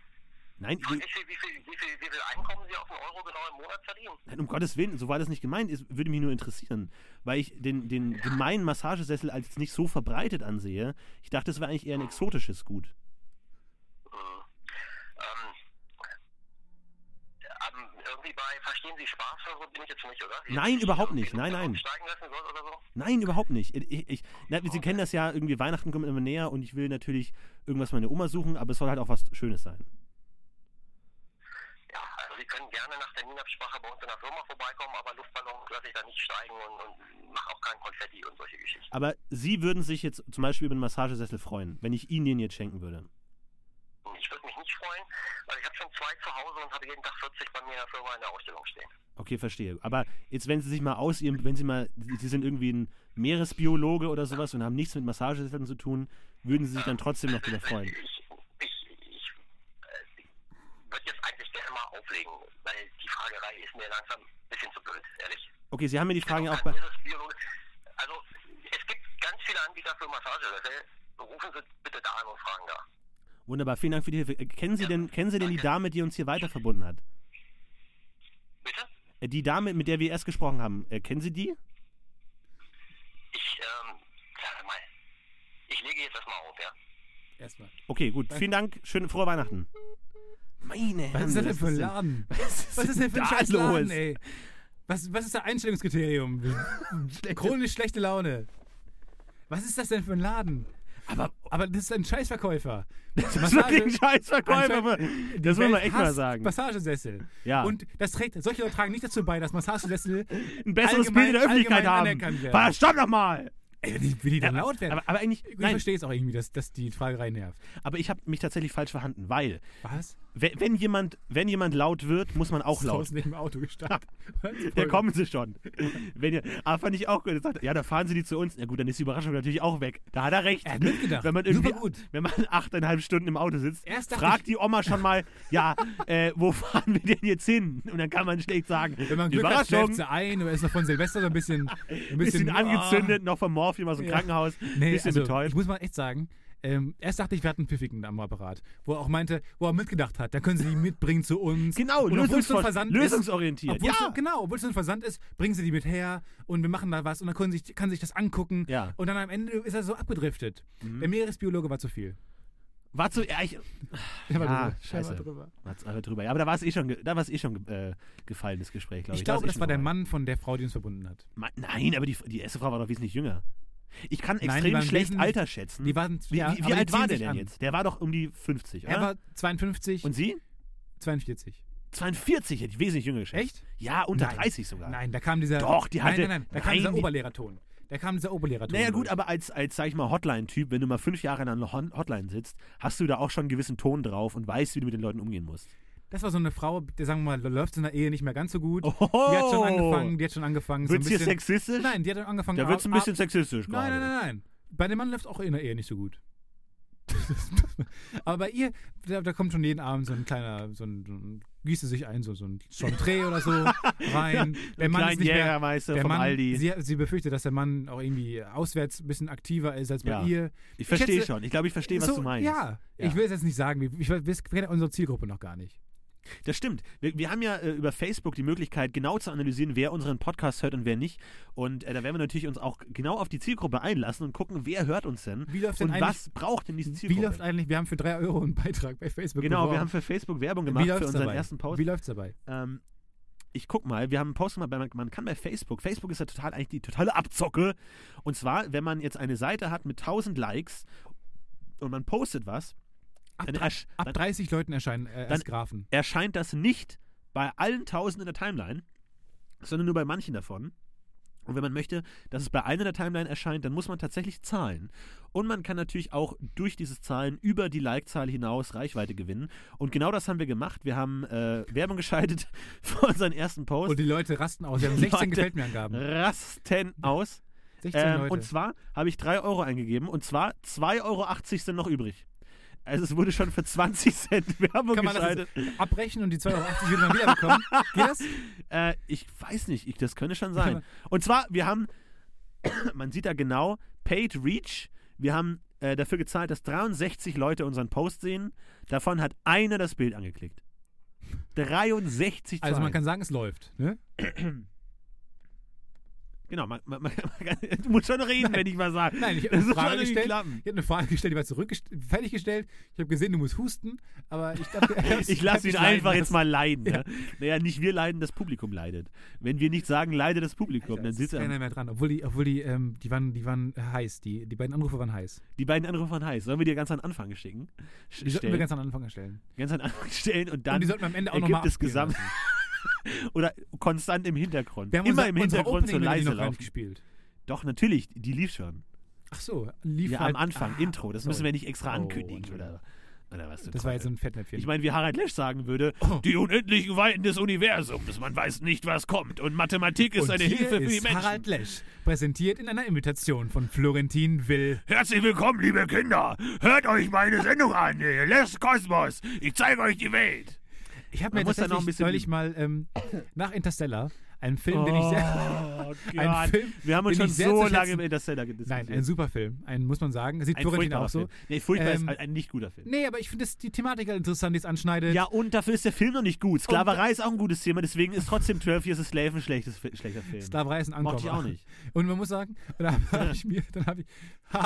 S2: Nein,
S4: Wie
S2: ihr-
S4: viel, wie, viel, wie, viel, wie viel Einkommen Sie auf einen Euro genau im Monat verdienen?
S2: Nein, um Gottes Willen, so war das nicht gemeint. Es würde mich nur interessieren, weil ich den, den gemeinen Massagesessel als jetzt nicht so verbreitet ansehe. Ich dachte, es wäre eigentlich eher ein exotisches Gut.
S4: Mhm. Ähm, ähm, irgendwie bei Verstehen Sie Spaß oder so bin ich jetzt nicht, oder? Wie-
S2: Nein,
S4: wie-
S2: überhaupt
S4: wie
S2: nicht.
S4: du
S2: Nein,
S4: das
S2: nein.
S4: Steigen lassen soll oder so?
S2: Nein, überhaupt nicht. Ich, ich, na, Sie kennen das ja, irgendwie Weihnachten kommt immer näher und ich will natürlich irgendwas meine Oma suchen, aber es soll halt auch was Schönes sein.
S4: Ja, also Sie können gerne nach Terminabsprache bei uns in der Firma vorbeikommen, aber Luftballons lasse ich da nicht steigen und, und mache auch kein Konfetti und solche Geschichten.
S2: Aber Sie würden sich jetzt zum Beispiel über einen Massagesessel freuen, wenn ich Ihnen den jetzt schenken würde.
S4: Ich würde mich nicht freuen, weil ich habe schon zwei zu Hause und habe jeden Tag 40 bei mir in der Firma in der Ausstellung stehen.
S2: Okay, verstehe. Aber jetzt, wenn Sie sich mal aus Ihrem, wenn Sie mal, Sie sind irgendwie ein Meeresbiologe oder sowas und haben nichts mit Massagesesseln zu tun, würden Sie sich dann trotzdem noch wieder freuen.
S4: Also, Ich, ich, ich, äh, ich würde jetzt eigentlich gerne mal auflegen, weil die Fragerei ist mir langsam ein bisschen zu blöd, ehrlich.
S2: Okay, Sie haben mir die Fragen ja auch
S4: Kein
S2: bei.
S4: Meeresbiologe. Also, es gibt ganz viele Anbieter für Massagesessel. Rufen Sie bitte da an und fragen da.
S2: Wunderbar, vielen Dank für die Hilfe. Äh, Kennen Sie denn, kennen Sie denn die Dame, die uns hier weiter verbunden hat?
S4: Bitte?
S2: Äh, Die Dame, mit der wir erst gesprochen haben, äh, kennen Sie die?
S4: Ich, ähm, sag mal, ich lege jetzt erstmal auf, ja.
S1: Erstmal.
S2: Okay, gut. Vielen Dank. Schöne frohe Weihnachten. Meine
S1: Was ist das denn für ein
S2: denn-
S1: Laden?
S2: Was
S1: Was ist denn für ein
S2: da
S1: scheiß Laden,
S2: los?
S1: ey? Was, was ist das Einstellungskriterium? Chronisch schlechte Laune. Was ist das denn für ein Laden? Aber, aber das ist ein Scheißverkäufer.
S2: Das ist wirklich ein scheiß Verkäufer. aber-
S1: Die
S2: Das muss
S1: Welt
S2: man echt mal
S1: hasst
S2: sagen.
S1: Massagesessel.
S2: Ja.
S1: Und das trägt, solche Leute tragen nicht dazu bei, dass Massagesessel
S2: Ein besseres Bild in der Öffentlichkeit haben.
S1: Was?
S2: Verdammt nochmal!
S1: Ey, wie, wie äh, die dann laut werden.
S2: Aber, aber eigentlich,
S1: ich
S2: nein,
S1: verstehe es auch irgendwie, dass, dass die Fragerei nervt.
S2: aber ich habe mich tatsächlich falsch verhandelt, weil
S1: Was?
S2: we- wenn jemand, wenn jemand laut wird, muss man auch laut.
S1: Draußen neben dem Auto gestanden.
S2: Da kommen sie schon. Wenn ihr, aber fand ich auch gut. Er sagt, ja, da fahren sie die zu uns. Na gut, dann ist die Überraschung natürlich auch weg. Da hat er recht.
S1: Er hat mitgedacht.
S2: Wenn man irgendwie,
S1: Super gut.
S2: Wenn man achteinhalb Stunden im Auto sitzt,
S1: Erst dachte
S2: fragt die Oma schon mal, ja, äh, wo fahren wir denn jetzt hin? Und dann kann man schlecht sagen,
S1: Wenn man Glück hat, schläft
S2: Überraschung.
S1: sie ein oder ist noch von Silvester so ein bisschen, ein bisschen,
S2: Ein bisschen angezündet,
S1: ah.
S2: noch vom Morphium aus dem
S1: Ja.
S2: Krankenhaus.
S1: Nee,
S2: bisschen
S1: also,
S2: betäubt.
S1: ich muss mal echt sagen, ähm, erst dachte ich, wir hatten einen Pfiffigen am Apparat, wo er auch meinte, wo er mitgedacht hat, da können sie die mitbringen zu uns.
S2: Genau,
S1: und obwohl es so ein
S2: lösungsvor-
S1: Versand
S2: lösungsorientiert.
S1: Ist, obwohl es
S2: Ja.
S1: so, genau, obwohl es so ein Versand ist, bringen sie die mit her und wir machen da was und dann können sich, kann sich das angucken.
S2: Ja. Mhm.
S1: Und dann am Ende ist er so abgedriftet. Der Meeresbiologe war zu viel.
S2: War zu, ja, ich,
S1: Der war
S2: Ah,
S1: drüber. Der
S2: scheiße.
S1: War drüber.
S2: war's einfach drüber. Ja, aber da war es eh schon, ge- da war es eh schon ge- äh, gefallen, das Gespräch, glaube ich.
S1: Ich glaube,
S2: war's eh
S1: das
S2: schon
S1: war der
S2: vorbei.
S1: Mann von der Frau, die uns verbunden hat.
S2: Ma- Nein, aber die, die erste Frau war doch wesentlich jünger. Ich kann
S1: Nein, die
S2: extrem
S1: waren
S2: schlecht
S1: wesentlich-
S2: Alter schätzen.
S1: die waren-
S2: wie
S1: ja, aber
S2: wie, wie
S1: die
S2: alt
S1: ziehen
S2: war der
S1: sich
S2: denn
S1: an.
S2: jetzt? Der war doch um die 50, oder?
S1: Er war 52,
S2: Und sie?
S1: 42.
S2: 42, hätte ich wesentlich jünger geschätzt.
S1: Echt?
S2: Ja, unter
S1: Nein.
S2: 30 sogar.
S1: Nein, da kam dieser.
S2: Doch, die hatte-
S1: Nein, nein, nein, da kam
S2: Nein,
S1: dieser
S2: die-
S1: Oberlehrerton. Da kam dieser Oberlehrerton.
S2: Naja gut,
S1: durch.
S2: aber als, als sag ich mal, Hotline-Typ, wenn du mal fünf Jahre in einer Hon- Hotline sitzt, hast du da auch schon einen gewissen Ton drauf und weißt, wie du mit den Leuten umgehen musst.
S1: Das war so eine Frau, der sagen wir mal, läuft in der Ehe nicht mehr ganz so gut.
S2: Ohoho!
S1: Die hat schon angefangen, die hat schon angefangen.
S2: Wird's
S1: so ein
S2: hier
S1: bisschen,
S2: sexistisch?
S1: Nein, die hat angefangen.
S2: Da wird's ein
S1: ab-
S2: bisschen sexistisch
S1: Nein,
S2: gerade.
S1: nein, nein, nein. Bei dem Mann läuft auch in der Ehe nicht so gut. Aber bei ihr, da, da kommt schon jeden Abend so ein kleiner, so ein, so ein gießt sie sich ein, so, so ein Chantre oder so rein. der Mann
S2: Einen
S1: ist nicht
S2: kleinen
S1: mehr,
S2: Jägermeister
S1: der
S2: vom
S1: Mann,
S2: Aldi.
S1: Sie, sie befürchtet, dass der Mann auch irgendwie auswärts ein bisschen aktiver ist als bei
S2: Ja.
S1: ihr.
S2: Ich verstehe
S1: schätze-
S2: schon. Ich glaube, ich verstehe, was
S1: so,
S2: du meinst.
S1: Ja, ich will es jetzt nicht sagen. wie- Ich, weiß- wir kennen unsere Zielgruppe noch gar nicht.
S2: Das stimmt. Wir, wir haben ja äh, über Facebook die Möglichkeit, genau zu analysieren, wer unseren Podcast hört und wer nicht. Und äh, da werden wir natürlich uns auch genau auf die Zielgruppe einlassen und gucken, wer hört uns denn
S1: Wie läuft denn
S2: und
S1: eigentlich-
S2: was braucht denn diese
S1: Wie läuft
S2: Zielgruppe.
S1: eigentlich, wir haben für 3 Euro einen Beitrag bei Facebook
S2: Genau, wir haben
S1: beworben.
S2: für Facebook Werbung gemacht
S1: Wie
S2: für
S1: läuft's
S2: unseren
S1: dabei?
S2: ersten Post.
S1: Wie läuft's dabei?
S2: Ähm, ich guck mal, wir haben einen Post gemacht, weil man, man kann bei Facebook, Facebook ist ja total eigentlich die totale Abzocke. Und zwar, wenn man jetzt eine Seite hat mit 1000 Likes und man postet was,
S1: Ab,
S2: dann, ersch
S1: ab
S2: dann
S1: 30 Leuten erscheinen äh,
S2: dann-
S1: als Graphen.
S2: erscheint das nicht bei allen 1000 in der Timeline, sondern nur bei manchen davon. Und wenn man möchte, dass es bei allen in der Timeline erscheint, dann muss man tatsächlich zahlen. Und man kann natürlich auch durch dieses Zahlen über die Like-Zahl hinaus Reichweite gewinnen. Und genau das haben wir gemacht. Wir haben äh, Werbung geschaltet für unseren ersten Post.
S1: Und die Leute rasten aus. Wir haben 16
S2: Leute.
S1: gefällt mir Angaben.
S2: Rasten aus.
S1: 16
S2: Ähm,
S1: Leute.
S2: und zwar habe ich 3 Euro eingegeben und zwar 2,80 Euro sind noch übrig. Also es wurde schon für 20 Cent Werbung
S1: Kann man das
S2: geschaltet.
S1: jetzt abbrechen und die 2,80 Euro wieder, wieder bekommen? Geht das?
S2: Äh, ich weiß nicht, ich, das könnte schon sein. Und zwar, wir haben, man sieht da genau, Paid Reach. Wir haben äh, dafür gezahlt, dass 63 Leute unseren Post sehen. Davon hat einer das Bild angeklickt. 63 zu
S1: Also man
S2: einem.
S1: kann sagen, es läuft. Ne?
S2: Genau, man, man, man kann, du musst schon reden, wenn ich was sage.
S1: Nein, ich habe eine
S2: Das soll
S1: Frage
S2: irgendwie
S1: gestellt. Ich
S2: klappen.
S1: habe eine Frage gestellt, die war zurückgestellt, fertiggestellt. Ich habe gesehen, du musst husten, aber ich dachte,
S2: Ich lasse ihn einfach jetzt mal leiden. Ne? Naja, nicht wir leiden, das Publikum leidet. Wenn wir nicht sagen, leide das Publikum, dann
S1: sitzt
S2: sitzt er.
S1: keiner
S2: am-
S1: mehr dran, obwohl die, obwohl die, ähm, die waren, die waren heiß, die, die beiden Anrufe waren heiß.
S2: Die beiden Anrufe von Heiß. Sollen wir dir ganz am Anfang schicken? Sch-
S1: Die sollten wir
S2: Stellen. Ganz,
S1: ganz am Anfang erstellen.
S2: am Anfang stellen und dann.
S1: Und die sollten wir am Ende auch
S2: ergibt
S1: nochmal
S2: es Gesamt. Oder konstant im Hintergrund.
S1: Wir haben
S2: Immer
S1: unser,
S2: im
S1: unsere
S2: Hintergrund so
S1: Opening-Melodie
S2: leise
S1: noch gar
S2: laufen.
S1: nicht gespielt.
S2: Doch, natürlich, die lief schon.
S1: Ach so, lief
S2: Ja,
S1: halt,
S2: am Anfang,
S1: Ah,
S2: Intro. Das müssen
S1: sorry.
S2: wir nicht extra
S1: Oh,
S2: ankündigen.
S1: Entschuldigung.
S2: Oder, oder was du
S1: Das war jetzt
S2: Trottel.
S1: ein Fettnäpfchen.
S2: Ich meine, wie Harald Lesch sagen würde,
S1: Oh.
S2: die unendlichen Weiten des Universums. Man weiß nicht, was kommt. Und Mathematik ist
S1: Und
S2: eine
S1: hier
S2: Hilfe für
S1: ist
S2: die Menschen.
S1: Harald Lesch, präsentiert in einer Imitation von Florentin Will.
S2: Herzlich willkommen, liebe Kinder. Hört euch meine Sendung an. Les Kosmos. Ich zeige euch die Welt.
S1: Ich habe
S2: Man
S1: mir
S2: muss da
S1: tatsächlich
S2: noch ein bisschen
S1: neulich
S2: üben. Oh.
S1: mal ähm, nach Interstellar einen Film, den ich sehr... Ein Film,
S2: Wir haben uns
S1: den
S2: schon
S1: ich sehr
S2: so
S1: zu
S2: lange
S1: schätzen-
S2: im Interstellar diskutiert.
S1: Nein, also ein super Film, ein, muss man sagen. Sieht
S2: Ein
S1: Florentin
S2: furchtbarer
S1: auch so.
S2: Film. Nee, furchtbar
S1: Ähm,
S2: ist ein, ein nicht guter Film.
S1: Nee, aber ich finde das- die Thematik halt interessant, die es anschneidet.
S2: Ja, und dafür ist der Film noch nicht gut. Sklaverei ist auch ein gutes Thema, deswegen ist trotzdem 12 Years a Slave ein schlechtes, Fi- schlechter Film.
S1: Sklaverei ist ein Ankommen.
S2: Mochte ich auch nicht.
S1: Und man muss sagen, dann habe ich mir, dann habe ich,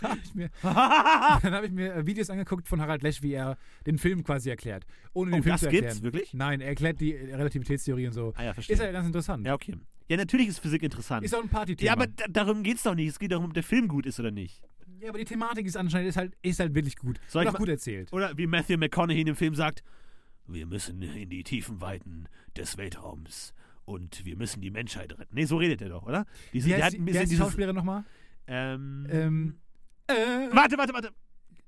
S1: dann habe ich mir, dann habe ich mir äh, Videos angeguckt von Harald Lesch, wie er den Film quasi erklärt. Ohne den
S2: Oh,
S1: Film
S2: das
S1: zu
S2: gibt's
S1: erklären.
S2: wirklich?
S1: Nein, er erklärt die äh, Relativitätstheorie und so.
S2: Ah ja, verstehe.
S1: Ist ja ganz interessant.
S2: Ja, okay. Ja, natürlich ist Physik interessant.
S1: Ist auch ein Partythema.
S2: ja, aber da, darum geht's doch nicht. Es geht darum, ob der Film gut ist oder nicht.
S1: Ja, aber die Thematik ist anscheinend ist halt, ist halt wirklich gut.
S2: Soll
S1: Und
S2: ich
S1: auch
S2: mal-
S1: gut erzählt.
S2: Oder wie Matthew McConaughey in dem Film sagt, wir müssen in die tiefen Weiten des Weltraums und wir müssen die Menschheit retten. Nee, so redet er doch, oder? Diese,
S1: Wie
S2: der
S1: heißt,
S2: hat ein
S1: die, wie
S2: bisschen
S1: heißt die
S2: dieses-
S1: Schauspielerin nochmal?
S2: ähm,
S1: Ähm, äh,
S2: Warte, warte, warte.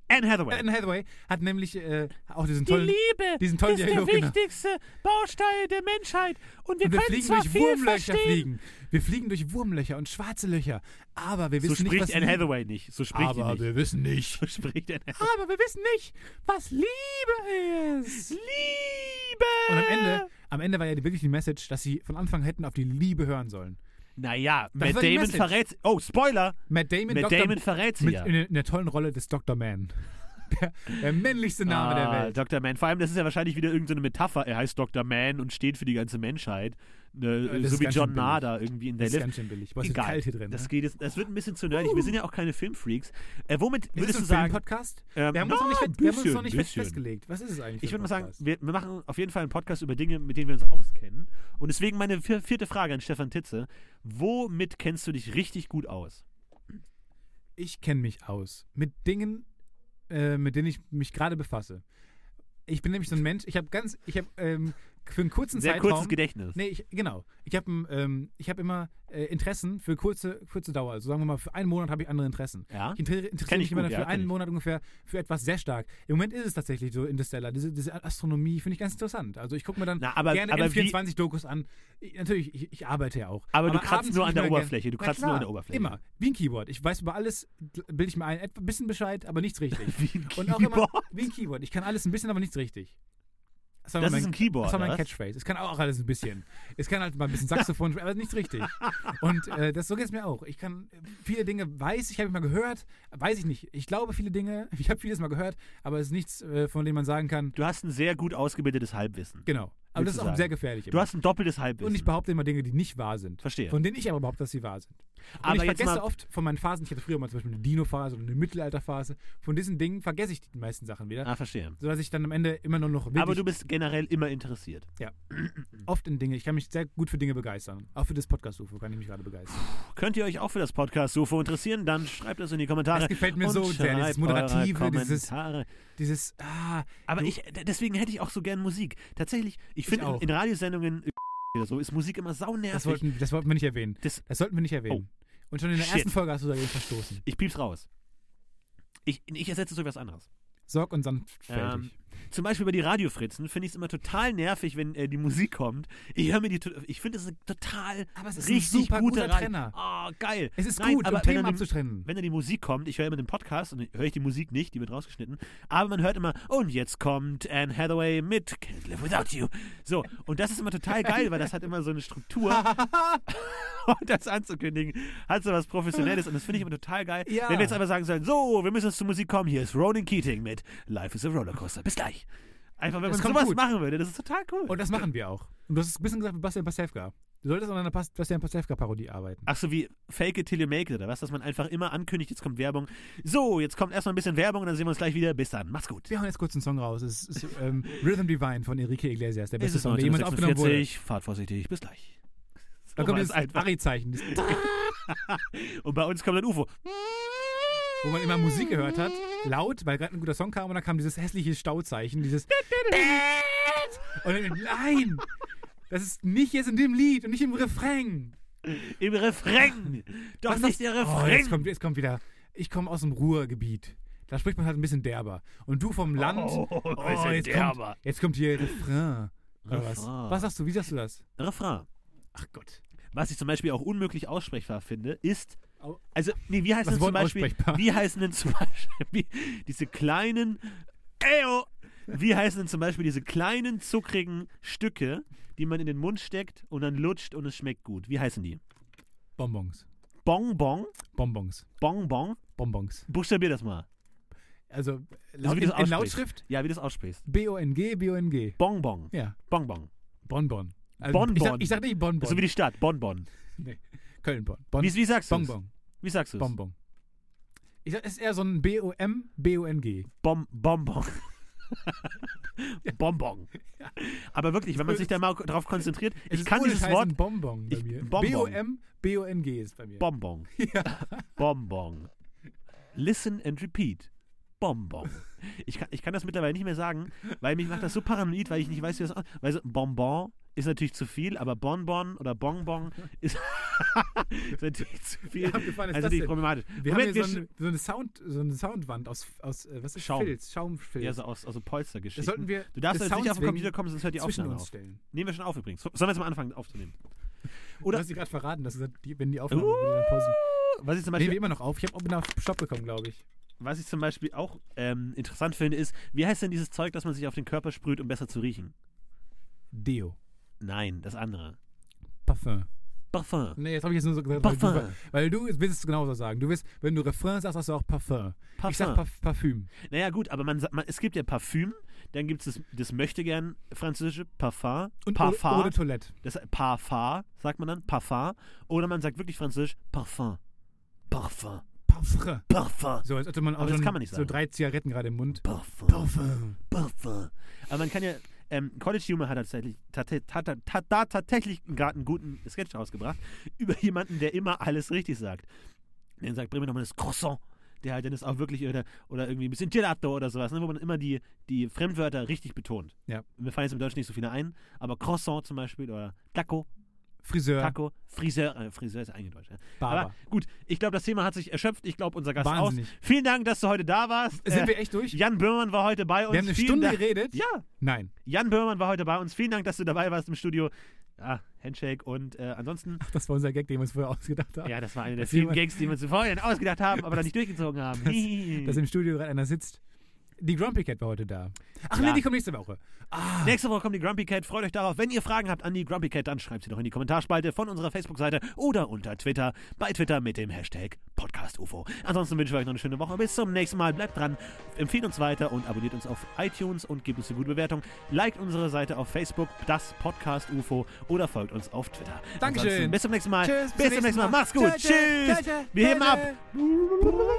S2: Anne Hathaway.
S1: Anne Hathaway hat nämlich äh, auch diesen tollen...
S2: Liebe
S1: diesen tollen Dialog, genau.
S2: wichtigste Baustein der Menschheit. Und wir,
S1: Und wir fliegen durch Wurmlöcher fliegen. Wir fliegen durch Wurmlöcher und schwarze Löcher. Aber wir
S2: So
S1: wissen nicht, was
S2: spricht Anne
S1: Liebe-
S2: Hathaway nicht. So spricht
S1: Aber
S2: sie nicht.
S1: wir wissen nicht.
S2: So spricht Anne Hathaway.
S1: Aber wir wissen nicht, was Liebe ist.
S2: Liebe!
S1: Und am Ende, am Ende war ja die- wirklich die Message, dass sie von Anfang hätten auf die Liebe hören sollen.
S2: Naja,
S1: war
S2: Matt
S1: die
S2: Damon
S1: Message.
S2: verrät. Oh, Spoiler!
S1: Matt Damon,
S2: Matt
S1: Dr.
S2: Damon verrät sie
S1: mit,
S2: ja.
S1: in, der- in der tollen Rolle des Dr. Man. Der, der männlichste Name der
S2: Ah,
S1: Welt.
S2: Dr. Man. Vor allem, das ist ja wahrscheinlich wieder irgendeine Metapher. Er heißt Dr. Man und steht für die ganze Menschheit. Ne,
S1: das
S2: so
S1: ist
S2: wie
S1: ganz
S2: John
S1: schön billig.
S2: Nader irgendwie in der
S1: Das ist
S2: Lift.
S1: ganz schön billig. Was ist
S2: Egal.
S1: kalt hier drin?
S2: das,
S1: ne?
S2: geht jetzt, das wird ein bisschen zu nerdig. Wir sind ja auch keine Filmfreaks. Äh, womit
S1: ist
S2: würdest
S1: das
S2: du
S1: ein
S2: sagen.
S1: Podcast?
S2: Ähm,
S1: wir haben uns
S2: na,
S1: noch nicht,
S2: ein
S1: fest- wir haben uns
S2: bisschen,
S1: noch nicht fest-
S2: bisschen.
S1: festgelegt. Was ist es eigentlich? für
S2: Ich würde
S1: ein
S2: mal sagen,
S1: Podcast?
S2: wir, wir machen auf jeden Fall einen Podcast über Dinge, mit denen wir uns auskennen. Und deswegen meine vier- vierte Frage an Stefan Titze. Womit kennst du dich richtig gut aus?
S1: ich kenne mich aus mit Dingen, äh, mit denen ich mich gerade befasse. Ich bin nämlich so ein Mensch, ich habe ganz, ich habe ähm, für einen kurzen
S2: Sehr
S1: Zeitraum.
S2: kurzes Gedächtnis.
S1: Nee, ich, genau. Ich habe ähm, ich hab immer äh, Interessen für kurze, kurze Dauer. Also sagen wir mal, für einen Monat habe ich andere Interessen.
S2: Ja?
S1: Ich inter- interessiere
S2: Kenn
S1: mich
S2: ich
S1: immer
S2: gut,
S1: dann
S2: ja,
S1: für
S2: kenn
S1: einen
S2: ich.
S1: Monat ungefähr für etwas sehr stark. Im Moment ist es tatsächlich so Interstellar. Diese, diese Astronomie finde ich ganz interessant. Also ich gucke mir dann
S2: Na, aber-
S1: gerne
S2: aber wie-
S1: N24-Dokus an. Ich, natürlich, ich, ich arbeite ja auch.
S2: Aber du kratzt
S1: abends guck
S2: nur an
S1: ich
S2: der
S1: mir gerne-
S2: Oberfläche. Du
S1: Na
S2: kratzt nur an
S1: klar,
S2: der Oberfläche.
S1: Immer. Wie ein Keyboard. Ich weiß über alles, bilde ich mir ein, ein bisschen Bescheid, aber nichts richtig.
S2: Wie ein
S1: Und auch immer
S2: Keyboard?
S1: wie ein Keyboard. Ich kann alles ein bisschen, aber nichts richtig. war
S2: Das
S1: mein-
S2: ist ein Keyboard,
S1: Das war mein
S2: was?
S1: Catchphrase. Es kann auch alles ein bisschen. Es kann halt mal ein bisschen Saxophon spielen, aber nichts richtig. Und äh, das so geht es mir auch. Ich kann äh, viele Dinge weiß ich, habe ich mal gehört, weiß ich nicht. Ich glaube viele Dinge, ich habe vieles mal gehört, aber es ist nichts, äh, von dem man sagen kann,
S2: Du hast ein sehr gut ausgebildetes Halbwissen.
S1: genau. Aber das ist
S2: Willst du
S1: auch
S2: sagen.
S1: sehr gefährlich.
S2: Du hast ein doppeltes Halbwissen.
S1: und ich behaupte immer Dinge, die nicht wahr sind.
S2: Verstehe.
S1: Von denen ich aber behaupte, dass sie wahr sind. Und
S2: Aber
S1: ich
S2: jetzt
S1: vergesse
S2: mal-
S1: oft von meinen Phasen, ich hatte früher mal zum Beispiel eine Dino-Phase oder eine Mittelalterphase, von diesen Dingen vergesse ich die meisten Sachen wieder.
S2: ah, verstehe.
S1: sodass ich dann am Ende immer nur noch wirklich
S2: Aber du bist generell immer interessiert.
S1: oft in Dinge, ich kann mich sehr gut für Dinge begeistern. Auch für das Podcast-UFO kann ich mich gerade begeistern.
S2: Könnt ihr euch auch für das Podcast Sofo interessieren? Dann schreibt es in die Kommentare.
S1: Das gefällt mir
S2: und
S1: so sehr, dieses
S2: schreibt
S1: Moderative,
S2: eure
S1: dieses-
S2: Kommentare.
S1: Dieses, ah,
S2: Aber
S1: du-
S2: ich, d- deswegen hätte ich auch so gern Musik. Tatsächlich, ich finde in,
S1: auch.
S2: in Radiosendungen oder so ist Musik immer
S1: das
S2: saunervig.
S1: wollten, das wollten wir nicht erwähnen.
S2: Das- Oh.
S1: Das, sollten wir nicht erwähnen. Und schon in der
S2: Shit.
S1: ersten Folge hast du dagegen verstoßen.
S2: Ich piep's raus. Ich, ich ersetze es durch was anderes. Ähm,
S1: Sorg und sanftfertig.
S2: Zum Beispiel bei die Radiofritzen finde ich es immer total nervig, wenn äh, die Musik kommt. Ich höre mir die, to- ich finde es eine total
S1: Aber es ist ein
S2: richtig
S1: super
S2: gute
S1: guter
S2: Radio-
S1: Trenner.
S2: Oh, geil.
S1: es ist
S2: Nein,
S1: gut,
S2: aber
S1: um
S2: wenn
S1: Themen
S2: dann die,
S1: abzutrennen.
S2: wenn dann die Musik kommt, ich höre immer den Podcast und höre ich die Musik nicht, die wird rausgeschnitten, aber man hört immer, und jetzt kommt Anne Hathaway mit Can't Live Without You. So, und das ist immer total geil, weil das hat immer so eine Struktur. und das anzukündigen, hat so was Professionelles und das finde ich immer total geil.
S1: Ja.
S2: Wenn wir jetzt einfach sagen sollen, so, wir müssen jetzt zur Musik kommen, hier ist Ronan Keating mit Life is a Rollercoaster. Bis gleich. Einfach, wenn
S1: Das
S2: man
S1: kommt
S2: sowas
S1: gut.
S2: machen würde, das ist total cool.
S1: Und das machen wir auch. Und du hast es ein bisschen gesagt mit Bastian Pastewka. Du solltest an einer Pas- Bastian Pastewka-Parodie arbeiten.
S2: Ach so, wie Fake it till you make it oder was? Dass man einfach immer ankündigt, jetzt kommt Werbung. So, jetzt kommt erstmal ein bisschen Werbung und dann sehen wir uns gleich wieder. Bis dann. Macht's gut.
S1: Wir hauen jetzt kurz einen Song raus. Es ist ähm, Rhythm Divine von Enrique Iglesias, der
S2: Es
S1: beste
S2: ist
S1: Song, der jemals aufgenommen wurde.
S2: 1946, fahrt vorsichtig, bis gleich.
S1: Da kommt
S2: Oh,
S1: dieses
S2: ist einfach.
S1: Ari-Zeichen, dieses
S2: Und bei uns kommt ein UFO.
S1: wo man immer Musik gehört hat, laut, weil gerade ein guter Song kam und dann kam dieses hässliche Stauzeichen, dieses und dann, nein, das ist nicht jetzt in dem Lied und nicht im Refrain.
S2: Im Refrain. Doch
S1: Was
S2: nicht der
S1: das- Oh,
S2: Refrain.
S1: jetzt, kommt, jetzt kommt wieder, ich komme aus dem Ruhrgebiet. Da spricht man halt ein bisschen derber. Und du vom Land,
S2: Oh, ist ja
S1: jetzt,
S2: derber.
S1: kommt, jetzt kommt hier Refrain. Oder was?
S2: Refrain.
S1: was sagst du, wie sagst du das?
S2: Refrain.
S1: Ach Gott.
S2: Was ich zum Beispiel auch unmöglich aussprechbar finde, ist.
S1: Au-
S2: Also, nee, wie heißt
S1: Das
S2: denn
S1: Wort
S2: zum Beispiel.
S1: aussprechbar.
S2: Wie heißen denn zum Beispiel wie, diese kleinen. Eyo, wie heißen denn zum Beispiel diese kleinen, zuckrigen Stücke, die man in den Mund steckt und dann lutscht und es schmeckt gut? Wie heißen die?
S1: Bonbons.
S2: Bonbon?
S1: Bonbons.
S2: Bonbon?
S1: Bonbons.
S2: Buchstabier das mal.
S1: Also,
S2: Also
S1: laut,
S2: wie du
S1: in, in
S2: das aussprichst.
S1: Lautschrift
S2: Ja, wie du das aussprichst.
S1: B-O-N-G, B-O-N-G.
S2: Bonbon.
S1: Ja.
S2: Bonbon.
S1: Bonbon. Also
S2: Bonbon.
S1: Ich, sag, ich sag nicht Bonbon.
S2: So wie die Stadt. Bonbon.
S1: nee. Köln-Bonn. Bon
S2: Wie, wie sagst du
S1: Bonbon.
S2: Wie sagst du
S1: Bonbon. Ich sag, es ist eher so ein B-O-M, B-O-N-G.
S2: Bom Bonbon. Bonbon. Aber wirklich, wenn man sich da mal drauf konzentriert,
S1: Es
S2: ich
S1: ist
S2: kann
S1: ohne
S2: dieses
S1: Scheiß
S2: Wort
S1: ein Bonbon bei
S2: Ich-
S1: mir.
S2: Bonbon.
S1: B-O-M, B-O-N-G ist bei mir.
S2: Bonbon. Bonbon. Listen and repeat. Bonbon. Ich kann, ich kann das mittlerweile nicht mehr sagen, weil mich macht das so paranoid, weil ich nicht weiß, wie das. au- Weil so, Bonbon ist natürlich zu viel, aber Bonbon oder Bonbon ist, ist natürlich zu viel.
S1: Ja, abgefahren ist
S2: also
S1: das
S2: natürlich
S1: denn?
S2: problematisch.
S1: Wir
S2: Moment,
S1: haben hier
S2: wir
S1: so, eine, so, eine Sound, so eine Soundwand aus, aus äh, was ist
S2: Schaum.
S1: Filz, Schaumfilz.
S2: Ja, so aus, aus so Polstergeschichten.
S1: Das sollten wir
S2: du darfst
S1: des
S2: jetzt nicht auf den
S1: Sounds
S2: Computer
S1: wegen
S2: kommen, sonst hört die
S1: zwischen
S2: Aufnahme
S1: uns
S2: auf.
S1: stellen.
S2: Nehmen wir schon auf übrigens. Sollen wir jetzt mal anfangen aufzunehmen? Oder- Uh,
S1: Du hast sie gerade verraten, dass du gesagt, die, wenn die Aufnahme wieder dann pausen.
S2: Was ich
S1: Nehmen
S2: zum Beispiel,
S1: wir immer noch auf. Ich habe oben auf Stopp bekommen, glaube ich.
S2: was ich zum Beispiel auch ähm, interessant finde, ist, wie heißt denn dieses Zeug, das man sich auf den Körper sprüht, um besser zu riechen?
S1: Deo.
S2: Nein, das andere.
S1: Parfum.
S2: Parfum.
S1: Nee, jetzt habe ich jetzt nur so gesagt, weil
S2: Parfum.
S1: du, weil du willst es genauso sagen. Du willst, wenn du Refrain sagst, sagst du auch Parfum.
S2: Parfum.
S1: Ich sag Parf Parfüm.
S2: Naja, gut, aber man, sa- man, es gibt ja Parfüm, dann gibt es das, das möchte gern französische Parfum.
S1: Und
S2: Parfum.
S1: Ohne, ohne Toilette.
S2: das Parfum, sagt man dann, Parfum. Oder man sagt wirklich französisch Parfum. Parfum.
S1: Parfum.
S2: Parfum.
S1: So, als hätte man auch
S2: Aber das
S1: schon
S2: kann man nicht
S1: so
S2: sagen.
S1: drei Zigaretten gerade im Mund.
S2: Parfum.
S1: Parfum.
S2: Parfum. Aber man kann ja, ähm, College Humor hat tatsächlich, tate- tata- tata- tatsächlich gerade einen guten Sketch rausgebracht über jemanden, der immer alles richtig sagt. Den sagt Bremen nochmal das Croissant. der halt dann ist auch wirklich oder, oder irgendwie ein bisschen Gelato oder sowas, ne, wo man immer die, die Fremdwörter richtig betont.
S1: Ja.
S2: Mir fallen jetzt im Deutschen nicht so viele ein, aber Croissant zum Beispiel oder Taco,
S1: Friseur,
S2: Taco, Friseur, äh, Friseur ist eingedeutscht. Ja. Aber
S1: Barber.
S2: gut, ich glaube, das Thema hat sich erschöpft. Ich glaube, unser Gast
S1: Wahnsinnig.
S2: auch. Vielen Dank, dass du heute da warst.
S1: Sind
S2: Äh,
S1: wir echt durch?
S2: Jan Böhmann war heute bei uns.
S1: Wir haben eine
S2: Vielen
S1: Stunde
S2: Dank.
S1: geredet?
S2: Ja,
S1: Nein.
S2: Jan Böhmann war heute bei uns. Vielen Dank, dass du dabei warst im Studio. Ja, Handshake und äh, ansonsten,
S1: Das war unser Gag, den wir uns vorher ausgedacht haben.
S2: ja, das war einer der
S1: Dass
S2: vielen
S1: jemand-
S2: Gags, die wir uns vorher ausgedacht haben, aber dann nicht durchgezogen haben.
S1: Dass im Studio gerade einer sitzt. Die Grumpy Cat war heute da. Ach
S2: Ja.
S1: nee, die kommt nächste Woche. Ah,
S2: Nächste Woche kommt die Grumpy Cat. Freut euch darauf. Wenn ihr Fragen habt an die Grumpy Cat, dann schreibt sie doch in die Kommentarspalte von unserer Facebook-Seite oder unter Twitter. Bei Twitter mit dem Hashtag PodcastUFO. Ansonsten wünschen wir euch noch eine schöne Woche. Bis zum nächsten Mal. Bleibt dran. Empfehlt uns weiter und abonniert uns auf iTunes und gebt uns eine gute Bewertung. Liked unsere Seite auf Facebook, das Podcast UFO oder folgt uns auf Twitter.
S1: Dankeschön.
S2: Ansonsten Bis zum nächsten Mal.
S1: Tschüss, bis
S2: bis
S1: zum
S2: zum nächsten Mal.
S1: nächsten Mal.
S2: Macht's gut.
S1: Tschö, tschö,
S2: Tschüss.
S1: tschö,
S2: Wir heben
S1: tschö.
S2: ab.